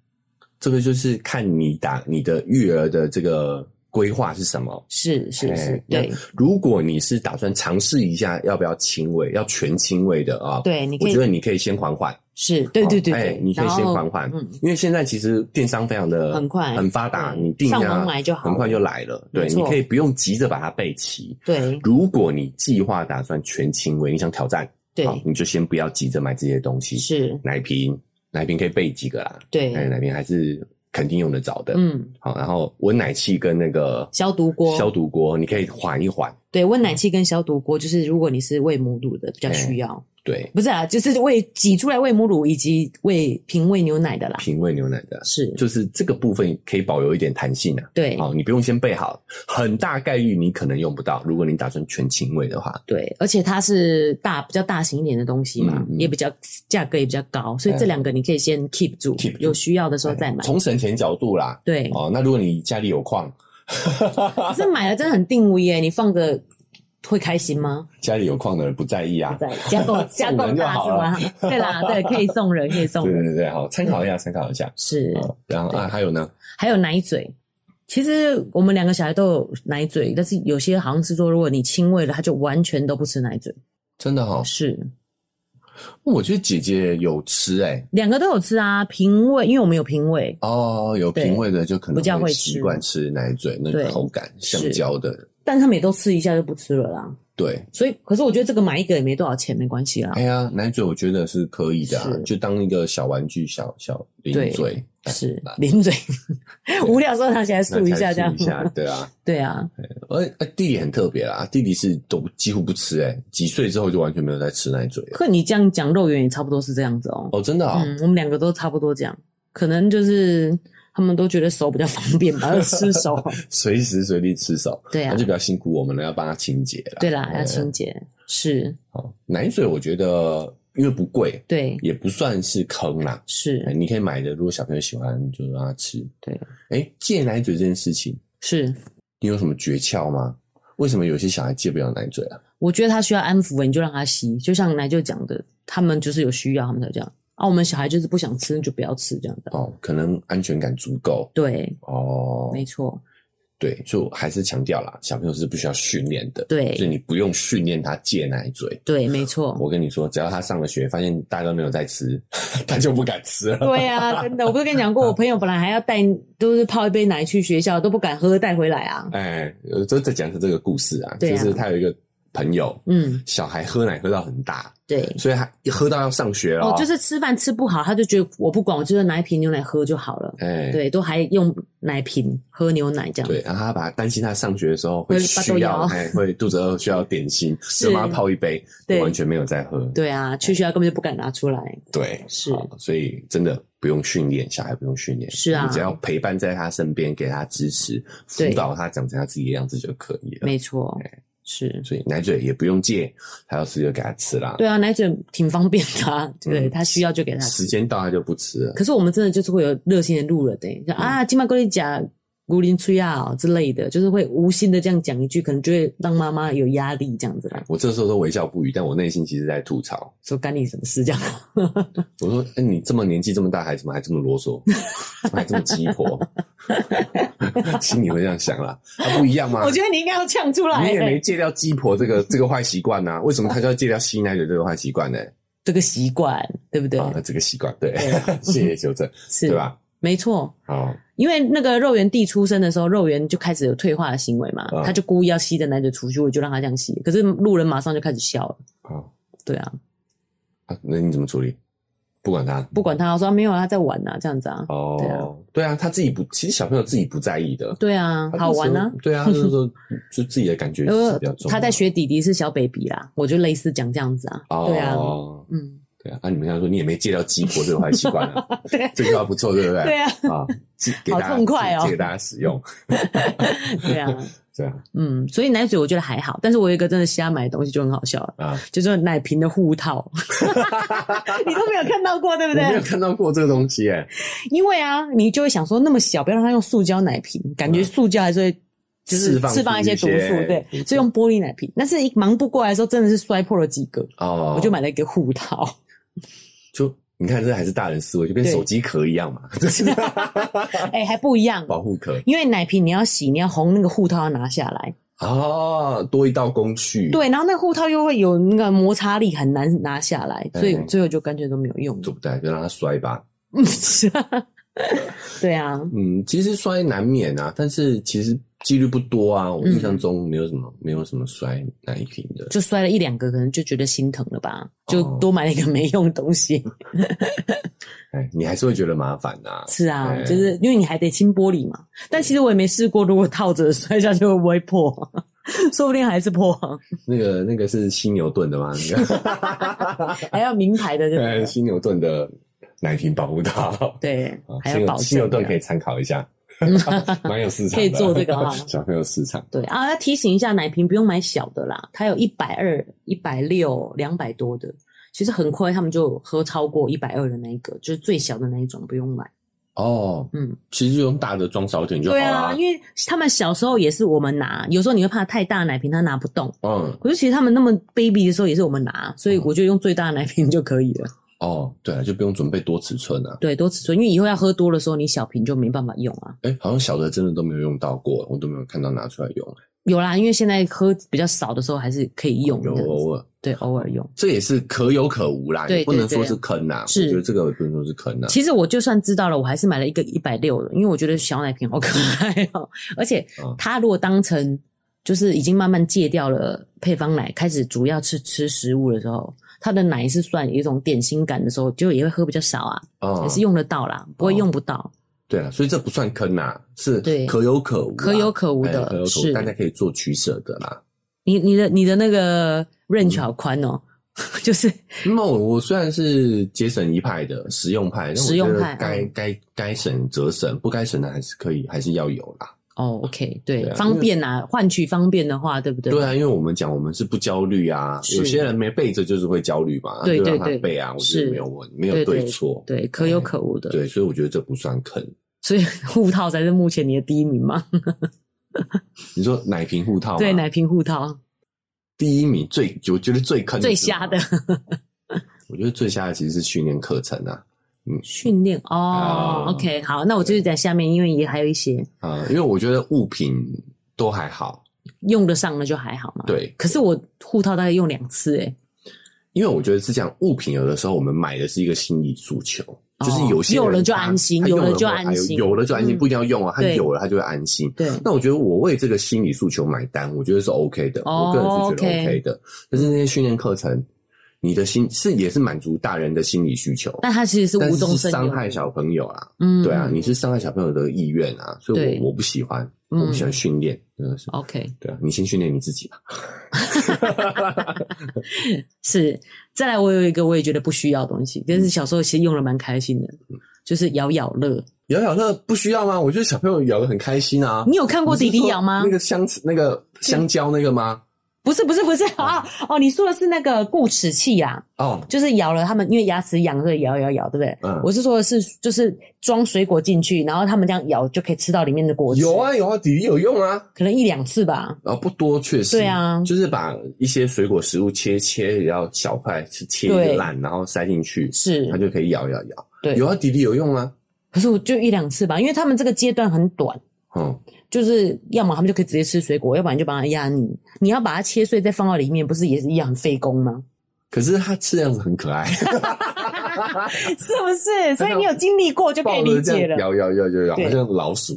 Speaker 2: 这个就是看你打你的育儿的这个规划是什么。
Speaker 1: 是是是
Speaker 2: 哎，
Speaker 1: 对
Speaker 2: 那如果你是打算尝试一下要不要亲喂，要全亲喂的啊，，
Speaker 1: 对，你
Speaker 2: 我
Speaker 1: 可
Speaker 2: 觉得
Speaker 1: 以
Speaker 2: 你可以先缓缓，
Speaker 1: 是，对对对
Speaker 2: 哎
Speaker 1: 对，
Speaker 2: 你可以先
Speaker 1: 然后
Speaker 2: 缓缓
Speaker 1: 嗯，
Speaker 2: 因为现在其实电商非常的
Speaker 1: 很快
Speaker 2: 很发达，
Speaker 1: 对
Speaker 2: 你订啊
Speaker 1: 上网买就好
Speaker 2: 很快就来了。对，
Speaker 1: 没
Speaker 2: 你
Speaker 1: 错
Speaker 2: 可以不用急着把它备齐。
Speaker 1: 对
Speaker 2: 如果你计划打算全亲喂，你想挑战，好
Speaker 1: 对
Speaker 2: 你就先不要急着买这些东西，
Speaker 1: 是，
Speaker 2: 奶瓶、奶瓶可以备几个啦，
Speaker 1: 对，
Speaker 2: 哎，奶瓶还是肯定用得着的。
Speaker 1: 嗯，
Speaker 2: 好，然后温奶器跟那个
Speaker 1: 消毒锅，
Speaker 2: 消毒嗯锅，你可以缓一缓。
Speaker 1: 对，温奶器跟消毒锅，就是如果你是喂母乳的，
Speaker 2: 哎
Speaker 1: 比较需要，
Speaker 2: 对，
Speaker 1: 不是啊，就是喂挤出来喂母乳以及喂瓶喂牛奶的啦，
Speaker 2: 品味牛奶的，
Speaker 1: 是，
Speaker 2: 就是这个部分可以保留一点弹性啊。
Speaker 1: 对，
Speaker 2: 好，你不用先备好，很大概率你可能用不到。如果你打算全亲喂的话，
Speaker 1: 对，而且它是大比较大型一点的东西嘛，
Speaker 2: 嗯嗯哎
Speaker 1: 也比较价格也比较高，所以这两个你可以先 keep 住，
Speaker 2: keep 住哎
Speaker 1: 有需要的时候再买。
Speaker 2: 从省钱角度啦，
Speaker 1: 对，
Speaker 2: 哦，那如果你家里有矿，
Speaker 1: 可是买了真的很定位耶，你放着会开心
Speaker 2: [LAUGHS]
Speaker 1: 吗？
Speaker 2: 家里有矿的人不在意啊。
Speaker 1: 在加购加购
Speaker 2: 送人就
Speaker 1: 大
Speaker 2: 好
Speaker 1: 是
Speaker 2: 了
Speaker 1: 吗？
Speaker 2: [LAUGHS]
Speaker 1: 对啦，对，可以送人，可以送
Speaker 2: 对
Speaker 1: 人。
Speaker 2: 对对，好，参考一下，参考一下。
Speaker 1: 是，
Speaker 2: 好然后啊，还有呢，
Speaker 1: 还有奶嘴。其实我们两个小孩都有奶嘴，但是有些好像是说，如果你亲喂了，他就完全都不吃奶嘴。
Speaker 2: 真的哈、
Speaker 1: 是，
Speaker 2: 我觉得姐姐有吃哎、
Speaker 1: 两个都有吃啊，平喂，因为我们有平喂，
Speaker 2: 哦，有
Speaker 1: 对
Speaker 2: 品味的就可
Speaker 1: 比较
Speaker 2: 能
Speaker 1: 会
Speaker 2: 会
Speaker 1: 吃
Speaker 2: 习惯吃奶嘴那个
Speaker 1: 对
Speaker 2: 口感，
Speaker 1: 是
Speaker 2: 橡胶的，
Speaker 1: 但他们也都吃一下就不吃了啦。
Speaker 2: 对。
Speaker 1: 所以，可是我觉得这个买一个也没多少钱，没关系啦。
Speaker 2: 哎呀，奶嘴我觉得是可以的、啊
Speaker 1: 是，
Speaker 2: 就当一个小玩具、小小零
Speaker 1: 对
Speaker 2: 嘴，
Speaker 1: 是零嘴，无聊的时候拿起来
Speaker 2: 那
Speaker 1: 数一下，这
Speaker 2: 才
Speaker 1: 样
Speaker 2: 一。下，对 [LAUGHS] 啊。
Speaker 1: 对啊，
Speaker 2: 而而哎弟弟很特别啦，弟弟是都不几乎不吃、欸，哎，几岁之后就完全没有在吃奶嘴了。
Speaker 1: 可你这样讲，肉圆也差不多是这样子哦。
Speaker 2: 哦，真的啊、
Speaker 1: 嗯，我们两个都差不多这样，可能就是他们都觉得手比较方便
Speaker 2: [LAUGHS]
Speaker 1: 吧，要吃手。
Speaker 2: [LAUGHS] 随时随地吃手，
Speaker 1: 对啊
Speaker 2: 那就，比较辛苦我们了，要帮他清洁了。
Speaker 1: 对啦，要
Speaker 2: 嗯
Speaker 1: 清洁是，
Speaker 2: 好，奶嘴我觉得因为不贵，
Speaker 1: 对
Speaker 2: 也不算是坑啦。哎
Speaker 1: 是
Speaker 2: 你可以买的，如果小朋友喜欢就让他吃。
Speaker 1: 对，啊
Speaker 2: 哎，戒奶嘴这件事情，
Speaker 1: 是。
Speaker 2: 你有什么诀窍吗？为什么有些小孩戒不了奶嘴啊？
Speaker 1: 我觉得他需要安抚，你就让他吸，就像奶就讲的，他们就是有需要，他们才这样。啊，我们小孩就是不想吃，就不要吃这样的。
Speaker 2: 哦，可能安全感足够
Speaker 1: 对，
Speaker 2: 哦。
Speaker 1: 没错，
Speaker 2: 对，所以我还是强调啦，小朋友是不需要训练的，
Speaker 1: 对
Speaker 2: 所以你不用训练他戒奶嘴。
Speaker 1: 对，没错。
Speaker 2: 我跟你说，只要他上了学，发现大家都没有在吃， [LAUGHS] 他就不敢吃了。
Speaker 1: 对啊，真的，我不是跟你讲过，我朋友本来还要带，都是泡一杯奶去学校，都不敢喝，带回来啊。
Speaker 2: 哎，呃就在讲的这个故事啊，
Speaker 1: 对啊
Speaker 2: 就是他有一个朋友，
Speaker 1: 嗯，
Speaker 2: 小孩喝奶喝到很大，
Speaker 1: 对。
Speaker 2: 所以他一喝到要上学了、
Speaker 1: 哦，就是吃饭吃不好，他就觉得我不管，我就是拿一瓶牛奶喝就好了。
Speaker 2: 哎，
Speaker 1: 对，都还用奶瓶喝牛奶这样。
Speaker 2: 对，，然后他把担心他上学的时候会
Speaker 1: 会发抖
Speaker 2: 需要
Speaker 1: 摇，
Speaker 2: 哎，会肚子饿需要点
Speaker 1: [LAUGHS]
Speaker 2: 心，
Speaker 1: 是
Speaker 2: 就帮他泡一杯，
Speaker 1: 对
Speaker 2: 完全没有在喝，
Speaker 1: 对啊，去学校根本就不敢拿出来。
Speaker 2: 对，
Speaker 1: 是
Speaker 2: 好所以真的不用训练，小孩不用训练，
Speaker 1: 是啊
Speaker 2: 你只要陪伴在他身边，给他支持，辅
Speaker 1: 对
Speaker 2: 导他长成他自己的样子就可以了。
Speaker 1: 没错，是。
Speaker 2: 所以奶嘴也不用戒，他要吃就给他吃啦，
Speaker 1: 对啊，奶嘴挺方便的、啊，
Speaker 2: 嗯
Speaker 1: 对、啊他需要就给他
Speaker 2: 时
Speaker 1: 吃。
Speaker 2: 间到他就不吃了。
Speaker 1: 可是我们真的就是会有热心的路人、欸，
Speaker 2: 嗯
Speaker 1: 就啊，今晚跟你讲。古林吹啊之类的，就是会无心的这样讲一句，可能就会让妈妈有压力这样子啦。
Speaker 2: 我这时候都微笑不语，但我内心其实在吐槽。
Speaker 1: 说干你什么事这样。
Speaker 2: 啊我说：“哎、你这么年纪这么大，还怎么还这么啰嗦，怎么还这么鸡婆？” [LAUGHS] 心里会这样想啦，啊、不一样吗？
Speaker 1: 我觉得你应该要呛出来、欸
Speaker 2: 你也没戒掉鸡婆这个这个坏习惯呐，为什么他就要戒掉吸奶嘴这个坏习惯呢？
Speaker 1: 这个习惯，对不对？
Speaker 2: 啊，这个习惯，对，
Speaker 1: 对啊
Speaker 2: [LAUGHS] 谢谢修正，
Speaker 1: 是
Speaker 2: 对？啊吧？
Speaker 1: 没错，
Speaker 2: 好，
Speaker 1: 因为那个肉圆弟出生的时候，肉圆就开始有退化的行为嘛，
Speaker 2: 啊
Speaker 1: 他就故意要吸着奶嘴出去，我就让他这样吸。可是路人马上就开始笑了，
Speaker 2: 好，
Speaker 1: 对啊，
Speaker 2: 啊那你怎么处理？不管他
Speaker 1: 不管他，我说、啊没有啊，他在玩啊，这样子啊，对啊
Speaker 2: 哦，对啊，他自己不，其实小朋友自己不在意的，
Speaker 1: 对啊，好玩啊。呃
Speaker 2: 他那时候对啊，那时候就自己的感觉是比较重要。
Speaker 1: 他在学弟弟是小 baby 啦，我就类似讲这样子啊，对啊，
Speaker 2: 哦，
Speaker 1: 嗯，
Speaker 2: 对啊，啊，你们刚才说你也没戒掉鸡婆这个坏习惯啊，
Speaker 1: [LAUGHS] 对
Speaker 2: 这句话不错，对不对？
Speaker 1: 对啊，
Speaker 2: 啊，借给大
Speaker 1: 好
Speaker 2: 家
Speaker 1: 痛快哦
Speaker 2: 借给大家使用，
Speaker 1: 对啊，
Speaker 2: 对啊，
Speaker 1: 嗯，所以奶嘴我觉得还好，但是我有一个真的瞎买的东西就很好笑了，
Speaker 2: 啊，
Speaker 1: 就是奶瓶的护
Speaker 2: [LAUGHS]
Speaker 1: 套，你都没有看到过，对不
Speaker 2: 我没
Speaker 1: 对？
Speaker 2: 有看到过这个东西哎，
Speaker 1: 因为啊，你就会想说那么小，不要让他用塑胶奶瓶，感觉塑胶还是会。就是
Speaker 2: 啊释放
Speaker 1: 释放一些毒
Speaker 2: 出一
Speaker 1: 素
Speaker 2: 些，
Speaker 1: 对
Speaker 2: 毒，素
Speaker 1: 所以用玻璃奶瓶。但是一忙不过来的时候，真的是摔破了几个，
Speaker 2: 哦，
Speaker 1: 我就买了一个护套。 [LAUGHS]
Speaker 2: 就你看，这还是大人思维，就跟
Speaker 1: 对
Speaker 2: 手机壳一样嘛， [LAUGHS]
Speaker 1: [LAUGHS]
Speaker 2: 就是
Speaker 1: 哎，还不一样，
Speaker 2: 保护壳
Speaker 1: 因为奶瓶你要洗，你要红那个护套要拿下来，
Speaker 2: 哦，多一道工序，，
Speaker 1: 对，然后那个护套又会有那个摩擦力，很难拿下来，所以
Speaker 2: 嗯
Speaker 1: 最后就干脆都没有用。
Speaker 2: 对不对？就让它摔吧。
Speaker 1: [LAUGHS] 嗯，是啊，对啊，
Speaker 2: 嗯，其实摔难免啊，但是其实几率不多啊。我印象中没有什么，没有什么摔奶瓶的。
Speaker 1: 就摔了一两个，可能就觉得心疼了吧，就
Speaker 2: 哦
Speaker 1: 多买了一个没用的东西。
Speaker 2: 哎，你还是会觉得麻烦呐、
Speaker 1: 是啊，
Speaker 2: 对
Speaker 1: 就是因为你还得清玻璃嘛。但其实我也没试过，如果套着摔下去会不会破？
Speaker 2: [LAUGHS]
Speaker 1: 说不定还是破，
Speaker 2: 那个那个是犀牛顿
Speaker 1: [LAUGHS]
Speaker 2: 的吗？那个
Speaker 1: 还要名牌的，对不
Speaker 2: 对，
Speaker 1: 对？
Speaker 2: 犀牛顿的奶瓶保护套。
Speaker 1: 对
Speaker 2: 啊，
Speaker 1: [LAUGHS] 还
Speaker 2: 犀
Speaker 1: 要
Speaker 2: 牛
Speaker 1: 保
Speaker 2: 犀牛
Speaker 1: 证
Speaker 2: 顿
Speaker 1: 啊
Speaker 2: 可以参考
Speaker 1: [LAUGHS]
Speaker 2: 一下，蛮有市场的，
Speaker 1: 可以做这个啊
Speaker 2: [LAUGHS] 小朋友市
Speaker 1: [LAUGHS]
Speaker 2: 场。
Speaker 1: 对啊，要提醒一下，奶瓶不用买小的啦，它有一百二、一百六、两百多的，其实很快他们就喝超过一百二的那一个，就是最小的那一种，不用买。
Speaker 2: 哦，
Speaker 1: 嗯，
Speaker 2: 其实就用大的装少一点就好
Speaker 1: 对
Speaker 2: 啦、
Speaker 1: 啊，因为他们小时候也是我们拿，有时候你会怕太大的奶瓶他拿不动，
Speaker 2: 嗯，
Speaker 1: 可是其实他们那么 baby 的时候也是我们拿，所以我就用最大的奶瓶就可以了。
Speaker 2: 哦，对啊，就不用准备多尺寸啊。
Speaker 1: 对，多尺寸，因为以后要喝多的时候，你小瓶就没办法用啊。
Speaker 2: 哎，好像小的真的都没有用到过，我都没有看到拿出来用。
Speaker 1: 有啦，因为现在喝比较少的时候还是可以用的
Speaker 2: 有，偶尔，
Speaker 1: 对，偶尔用。
Speaker 2: 这也是可有可无啦，
Speaker 1: 对
Speaker 2: 也不能
Speaker 1: 对
Speaker 2: 说
Speaker 1: 对
Speaker 2: 是坑呐、
Speaker 1: 是
Speaker 2: 我觉得这个也不能说是坑呐、
Speaker 1: 其实我就算知道了，我还是买了一个一百六的，因为我觉得小奶瓶好可爱哦、而且
Speaker 2: 嗯
Speaker 1: 它如果当成就是已经慢慢戒掉了配方奶，开始主要吃吃食物的时候，它的奶是算有一种点心感的时候，就也会喝比较少啊，
Speaker 2: 啊。
Speaker 1: 也是用得到啦，不会
Speaker 2: 哦
Speaker 1: 用不到。
Speaker 2: 对了，所以这不算坑呐、是
Speaker 1: 对
Speaker 2: 可有可无啦、
Speaker 1: 可有可无的
Speaker 2: 哎可有可
Speaker 1: 是
Speaker 2: 无，大家可以做取舍的啦。
Speaker 1: 你你的你的那个 range 好宽哦、
Speaker 2: 嗯
Speaker 1: [LAUGHS] 就是
Speaker 2: 那么我我虽然是节省一派的实用派，但我
Speaker 1: 实用
Speaker 2: 觉得
Speaker 1: 派
Speaker 2: 该
Speaker 1: 嗯
Speaker 2: 该该省则省，不该省的还是可以，还是要有啦。
Speaker 1: 哦，OK，对，
Speaker 2: 对啊因
Speaker 1: 方
Speaker 2: 为
Speaker 1: 便啊，换取方便的话，对不对？
Speaker 2: 对啊，因为我们讲我们是不焦虑啊，
Speaker 1: 是
Speaker 2: 有些人没背着就是会焦虑嘛，
Speaker 1: 对
Speaker 2: 就让
Speaker 1: 对对
Speaker 2: 他背啊，我觉
Speaker 1: 是
Speaker 2: 得没有问，没
Speaker 1: 对
Speaker 2: 有
Speaker 1: 对
Speaker 2: 错，
Speaker 1: 对，可有可无的。
Speaker 2: 对，所以我觉得这不算坑。
Speaker 1: 所以护套才是目前你的第一名嘛？
Speaker 2: 你说奶瓶护套吗
Speaker 1: 对，奶瓶护套
Speaker 2: 第一名最，我觉得最坑
Speaker 1: 最
Speaker 2: 是什么
Speaker 1: 瞎的，
Speaker 2: 我觉得最瞎的其实是训练课程啊
Speaker 1: 训练哦
Speaker 2: 啊。
Speaker 1: OK，好，那我就是在下面，因为也还有一些
Speaker 2: 啊、因为我觉得物品都还好，
Speaker 1: 用得上的就还好嘛。
Speaker 2: 对
Speaker 1: 可是我护套大概用两次、欸，
Speaker 2: 因为我觉得是这样，物品有的时候我们买的是一个心理诉求，
Speaker 1: 哦
Speaker 2: 就是有些人
Speaker 1: 有了就
Speaker 2: 他
Speaker 1: 安心
Speaker 2: 他
Speaker 1: 有
Speaker 2: 用
Speaker 1: 了就
Speaker 2: 会
Speaker 1: 安心
Speaker 2: 哎有了就安心，
Speaker 1: 嗯
Speaker 2: 不一定要用啊，他
Speaker 1: 对
Speaker 2: 有了他就会安心。
Speaker 1: 对，
Speaker 2: 那我觉得我为这个心理诉求买单，我觉得是 OK 的，
Speaker 1: 哦
Speaker 2: 我个人是觉得
Speaker 1: OK
Speaker 2: OK 的。但是那些训练课程，你的心是也是满足大人的心理需求，
Speaker 1: 但它其实是
Speaker 2: 但
Speaker 1: 无
Speaker 2: 是
Speaker 1: 中
Speaker 2: 是
Speaker 1: 生有
Speaker 2: 伤害小朋友啊，
Speaker 1: 嗯，
Speaker 2: 对啊，你是伤害小朋友的意愿啊，所以
Speaker 1: 对
Speaker 2: 我我不喜欢，
Speaker 1: 嗯
Speaker 2: 我不喜欢训练，真的是。
Speaker 1: OK
Speaker 2: 对啊，你先训练你自己吧。
Speaker 1: 是。再来，我有一个我也觉得不需要的东西，
Speaker 2: 嗯
Speaker 1: 但是小时候其实用的蛮开心的，就是咬咬乐。
Speaker 2: 摇摇乐不需要吗？我觉得小朋友摇的很开心啊。
Speaker 1: 你有看过弟弟咬吗
Speaker 2: 你是说那？个香那个香蕉那个吗？
Speaker 1: 不是不是不是啊哦，你说的是那个固齿器啊。
Speaker 2: 哦，
Speaker 1: 就是咬了他们，因为牙齿痒，所以咬咬咬，对不对？
Speaker 2: 嗯
Speaker 1: 我是说的是，就是装水果进去，然后他们这样咬就可以吃到里面的果汁。
Speaker 2: 有，啊有啊，弟弟有用啊。
Speaker 1: 可能一两次吧。
Speaker 2: 啊，不多，确实。
Speaker 1: 对啊
Speaker 2: 就是把一些水果食物切切，然后小块是切
Speaker 1: 对
Speaker 2: 烂，然后塞进去，
Speaker 1: 是
Speaker 2: 它就可以咬咬咬。
Speaker 1: 对
Speaker 2: 有啊，弟弟有用啊。
Speaker 1: 可是我就一两次吧，因为他们这个阶段很短，
Speaker 2: 嗯，
Speaker 1: 就是要么他们就可以直接吃水果，要不然就把它压泥。你要把它切碎再放到里面，不是也是一样很费工吗？
Speaker 2: 可是它吃的样子很可爱，
Speaker 1: 是不是？所以你有经历过就可以
Speaker 2: 抱
Speaker 1: 理
Speaker 2: 着这
Speaker 1: 解
Speaker 2: 样
Speaker 1: 了。
Speaker 2: 咬咬咬咬咬，
Speaker 1: 对
Speaker 2: 好像老鼠，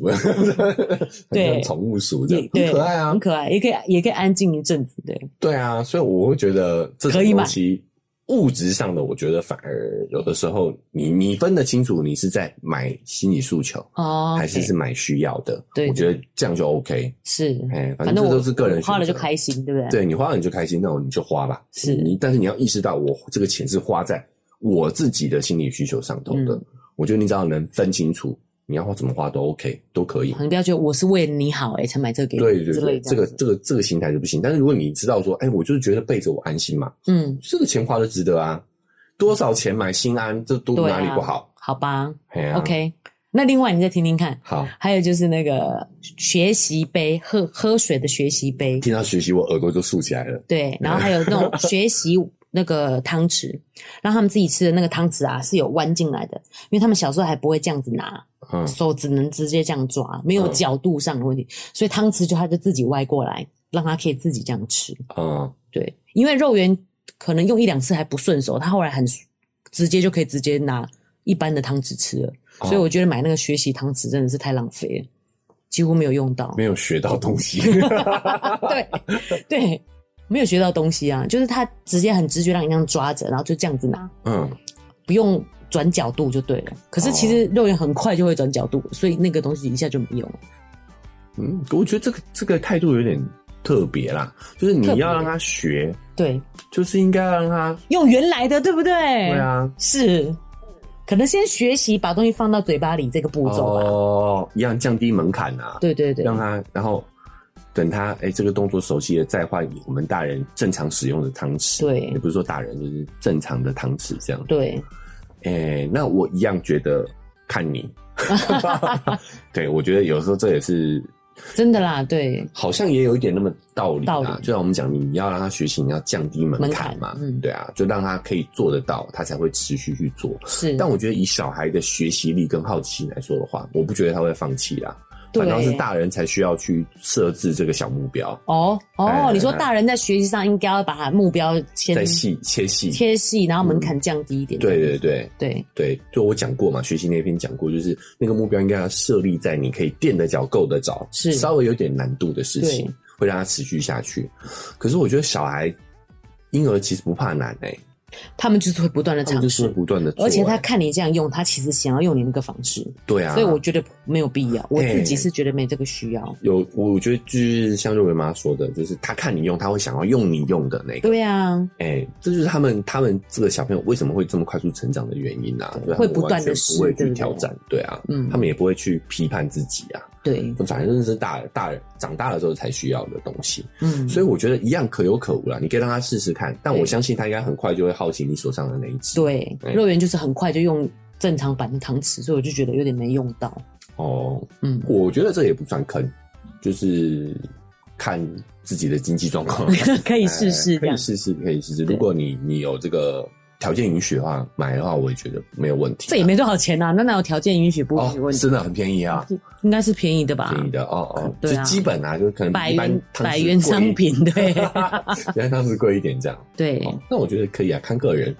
Speaker 2: [LAUGHS]
Speaker 1: 对
Speaker 2: 很像宠物鼠这样，很可爱啊
Speaker 1: 很。可爱，也可以也可以安静一阵子，对，
Speaker 2: 对啊，所以我会觉得这
Speaker 1: 可以
Speaker 2: 种
Speaker 1: 买
Speaker 2: 东西物质上的，我觉得反而有的时候你你分得清楚，你是在买心理诉求。
Speaker 1: 哦，
Speaker 2: 还是
Speaker 1: OK，
Speaker 2: 是买需要的，
Speaker 1: 对
Speaker 2: 我觉得这样就 OK。
Speaker 1: 是，
Speaker 2: 哎，
Speaker 1: 反
Speaker 2: 反这
Speaker 1: 我
Speaker 2: 都是个人
Speaker 1: 我花了就
Speaker 2: 选择
Speaker 1: 开心，对不对？
Speaker 2: 对你花了你就开心，那我你就花吧。
Speaker 1: 是
Speaker 2: 你，但是你要意识到，我这个钱是花在我自己的心理需求上头的。
Speaker 1: 嗯
Speaker 2: 我觉得你只要能分清楚，你要花怎么花都 OK，都可以。
Speaker 1: 你不要觉得我是为了你好哎、才买这个给你
Speaker 2: 对对
Speaker 1: 之类
Speaker 2: 对，
Speaker 1: 这
Speaker 2: 这
Speaker 1: 样
Speaker 2: 个
Speaker 1: 子
Speaker 2: 这个这个心态就不行。但是如果你知道说，哎，我就是觉得背着我安心嘛，
Speaker 1: 嗯，
Speaker 2: 这个钱花的值得啊，多少钱买心安，这都
Speaker 1: 对啊
Speaker 2: 哪里不好？
Speaker 1: 好吧、
Speaker 2: 哎呀
Speaker 1: o k 那另外你再听听看，
Speaker 2: 好，
Speaker 1: 还有就是那个学习杯，喝喝水的学习杯，
Speaker 2: 听到学习，我耳朵就竖起来了。
Speaker 1: 对，然后还有那
Speaker 2: [LAUGHS]
Speaker 1: 种学习那个汤匙，然后他们自己吃的那个汤匙啊是有弯进来的，因为他们小时候还不会这样子拿，
Speaker 2: 嗯，
Speaker 1: 手只能直接这样抓，没有
Speaker 2: 嗯
Speaker 1: 角度上的问题，所以汤匙就它就自己歪过来，让它可以自己这样吃。
Speaker 2: 嗯，
Speaker 1: 对，因为肉圆可能用一两次还不顺手，他后来很直接就可以直接拿一般的汤匙吃了，
Speaker 2: 哦
Speaker 1: 所以我觉得买那个学习汤匙真的是太浪费了。几乎没有用到。
Speaker 2: 没有学到
Speaker 1: [LAUGHS]
Speaker 2: 东西。
Speaker 1: 对对，没有学到东西啊，就是他直接很直觉让你那样抓着，然后就这样子拿，
Speaker 2: 嗯，
Speaker 1: 不用转角度就对了。可是其实
Speaker 2: 哦
Speaker 1: 肉眼很快就会转角度，所以那个东西一下就没用了。
Speaker 2: 嗯，我觉得这个这个态度有点特别啦，就是你
Speaker 1: 特别
Speaker 2: 要让他学，
Speaker 1: 对，
Speaker 2: 就是应该让他
Speaker 1: 用原来的，对不对？
Speaker 2: 对
Speaker 1: 对，
Speaker 2: 啊，
Speaker 1: 是。可能先学习把东西放到嘴巴里这个步骤吧。
Speaker 2: 哦，一样降低门槛啊，
Speaker 1: 对对对，
Speaker 2: 让他然后等他哎、这个动作熟悉了，再换我们大人正常使用的汤匙，
Speaker 1: 对
Speaker 2: 也不是说大人就是正常的汤匙这样，
Speaker 1: 对，
Speaker 2: 哎、那我一样觉得看
Speaker 1: [LAUGHS]
Speaker 2: 你，对我觉得有时候这也是
Speaker 1: 真的啦，对，
Speaker 2: 好像也有一点那么道理
Speaker 1: 道
Speaker 2: 啊。
Speaker 1: 理
Speaker 2: 就像我们讲，你要让他学习，你要降低门槛嘛，
Speaker 1: 门槛嗯
Speaker 2: 对啊，就让他可以做得到，他才会持续去做。
Speaker 1: 是。
Speaker 2: 但我觉得以小孩的学习力跟好奇心来说的话，我不觉得他会放弃啦。
Speaker 1: 对
Speaker 2: 反倒是大人才需要去设置这个小目标，
Speaker 1: 哦
Speaker 2: 哎
Speaker 1: 哦，
Speaker 2: 哎
Speaker 1: 你说
Speaker 2: 哎
Speaker 1: 大人在学习上应该要把他目标先
Speaker 2: 再细切细。
Speaker 1: 嗯切细，然后门槛降低一点。
Speaker 2: 对对对
Speaker 1: 对
Speaker 2: 对，就我讲过嘛，学习那篇讲过，就是那个目标应该要设立在你可以垫得脚、够得着，
Speaker 1: 是
Speaker 2: 稍微有点难度的事情
Speaker 1: 对，
Speaker 2: 会让他持续下去。可是我觉得小孩婴儿其实不怕难哎、
Speaker 1: 他们就是会不断的
Speaker 2: 他们
Speaker 1: 尝
Speaker 2: 就是
Speaker 1: 试，
Speaker 2: 不断的做、
Speaker 1: 而且他
Speaker 2: 哎
Speaker 1: 看你这样用，他其实想要用你那个方式，
Speaker 2: 对啊，
Speaker 1: 所以我觉得没有必要。我
Speaker 2: 哎
Speaker 1: 自己是觉得没这个需要。
Speaker 2: 有，我觉得就是像瑞文妈说的，就是他看你用，他会想要用你用的那个。
Speaker 1: 对啊，
Speaker 2: 哎、这就是他们他们这个小朋友为什么会这么快速成长的原因啊，
Speaker 1: 对
Speaker 2: 就是他们
Speaker 1: 会不断地
Speaker 2: 完全不会
Speaker 1: 试对
Speaker 2: 去
Speaker 1: 不对
Speaker 2: 挑战，对啊，
Speaker 1: 嗯
Speaker 2: 他们也不会去批判自己啊，
Speaker 1: 对，
Speaker 2: 反正是大大人长大了之后才需要的东西，
Speaker 1: 嗯，
Speaker 2: 所以我觉得一样可有可无啦，你可以让他试试看，但我
Speaker 1: 对
Speaker 2: 相信他应该很快就会好奇你手上的那一只，
Speaker 1: 对
Speaker 2: 哎，
Speaker 1: 肉圆就是很快就用正常版的糖匙，所以我就觉得有点没用到。
Speaker 2: 哦，
Speaker 1: 嗯， [LAUGHS]
Speaker 2: 我觉得这也不算坑，就是看自己的经济状况。
Speaker 1: 可以试试
Speaker 2: 呃
Speaker 1: 这
Speaker 2: 可以
Speaker 1: 样。
Speaker 2: 试试，可以试试。
Speaker 1: 对
Speaker 2: 如果你你有这个条件允许的话，买的话，我也觉得没有问题啊。
Speaker 1: 这也没多少钱呐、啊，那哪有条件允许不允许
Speaker 2: 哦
Speaker 1: 问，题？
Speaker 2: 真的很便宜啊，
Speaker 1: 应该是便宜的吧？
Speaker 2: 便宜的哦哦，
Speaker 1: 对
Speaker 2: 就
Speaker 1: 啊
Speaker 2: 基本啊，就是可能
Speaker 1: 百
Speaker 2: 一般
Speaker 1: 元
Speaker 2: 汤匙
Speaker 1: 百元
Speaker 2: 贵
Speaker 1: 商品
Speaker 2: [LAUGHS]
Speaker 1: 对
Speaker 2: 原来汤匙贵一点这样。
Speaker 1: 对，
Speaker 2: 哦，那我觉得可以啊，看个人。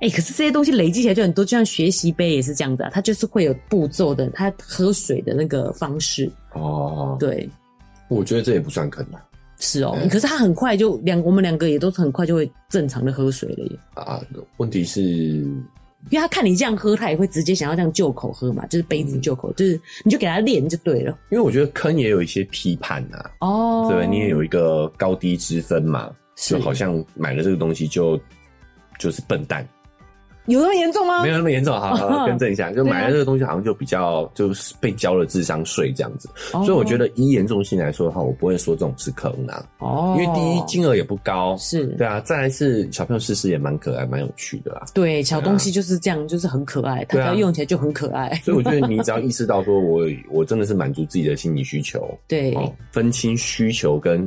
Speaker 1: 哎、可是这些东西累积起来就很多，就像学习杯也是这样子啊，它就是会有步骤的，它喝水的那个方式，
Speaker 2: 哦，，
Speaker 1: 对，
Speaker 2: 我觉得这也不算坑啊
Speaker 1: 是哦。
Speaker 2: 嗯
Speaker 1: 可是它很快就两，我们两个也都是很快就会正常的喝水了耶，
Speaker 2: 啊。问题是，
Speaker 1: 因为他看你这样喝，他也会直接想要这样就口喝嘛，就是杯子就
Speaker 2: 嗯
Speaker 1: 口，就是你就给他练就对了。
Speaker 2: 因为我觉得坑也有一些批判啊，
Speaker 1: 哦，
Speaker 2: 对，你也有一个高低之分嘛，
Speaker 1: 是
Speaker 2: 就好像买了这个东西就就是笨蛋，
Speaker 1: 有那么严重吗？
Speaker 2: 没有那么严重，好好好更正一下，就
Speaker 1: 对啊
Speaker 2: 买了这个东西好像就比较就是被交了智商税这样子，
Speaker 1: 哦，
Speaker 2: 所以我觉得依严重性来说的话，我不会说这种是坑啊，
Speaker 1: 哦
Speaker 2: 因，为第一金额也不高，
Speaker 1: 是
Speaker 2: 对啊，再来是小朋友试试也蛮可爱，蛮有趣的啊。
Speaker 1: 对，小东西就是这样，就是很可爱，它
Speaker 2: 对
Speaker 1: 只
Speaker 2: 啊
Speaker 1: 要用起来就很可爱。
Speaker 2: 所以我觉得你只要意识到说我我真的是满足自己的心理需求，
Speaker 1: 对，
Speaker 2: 哦，分清需求跟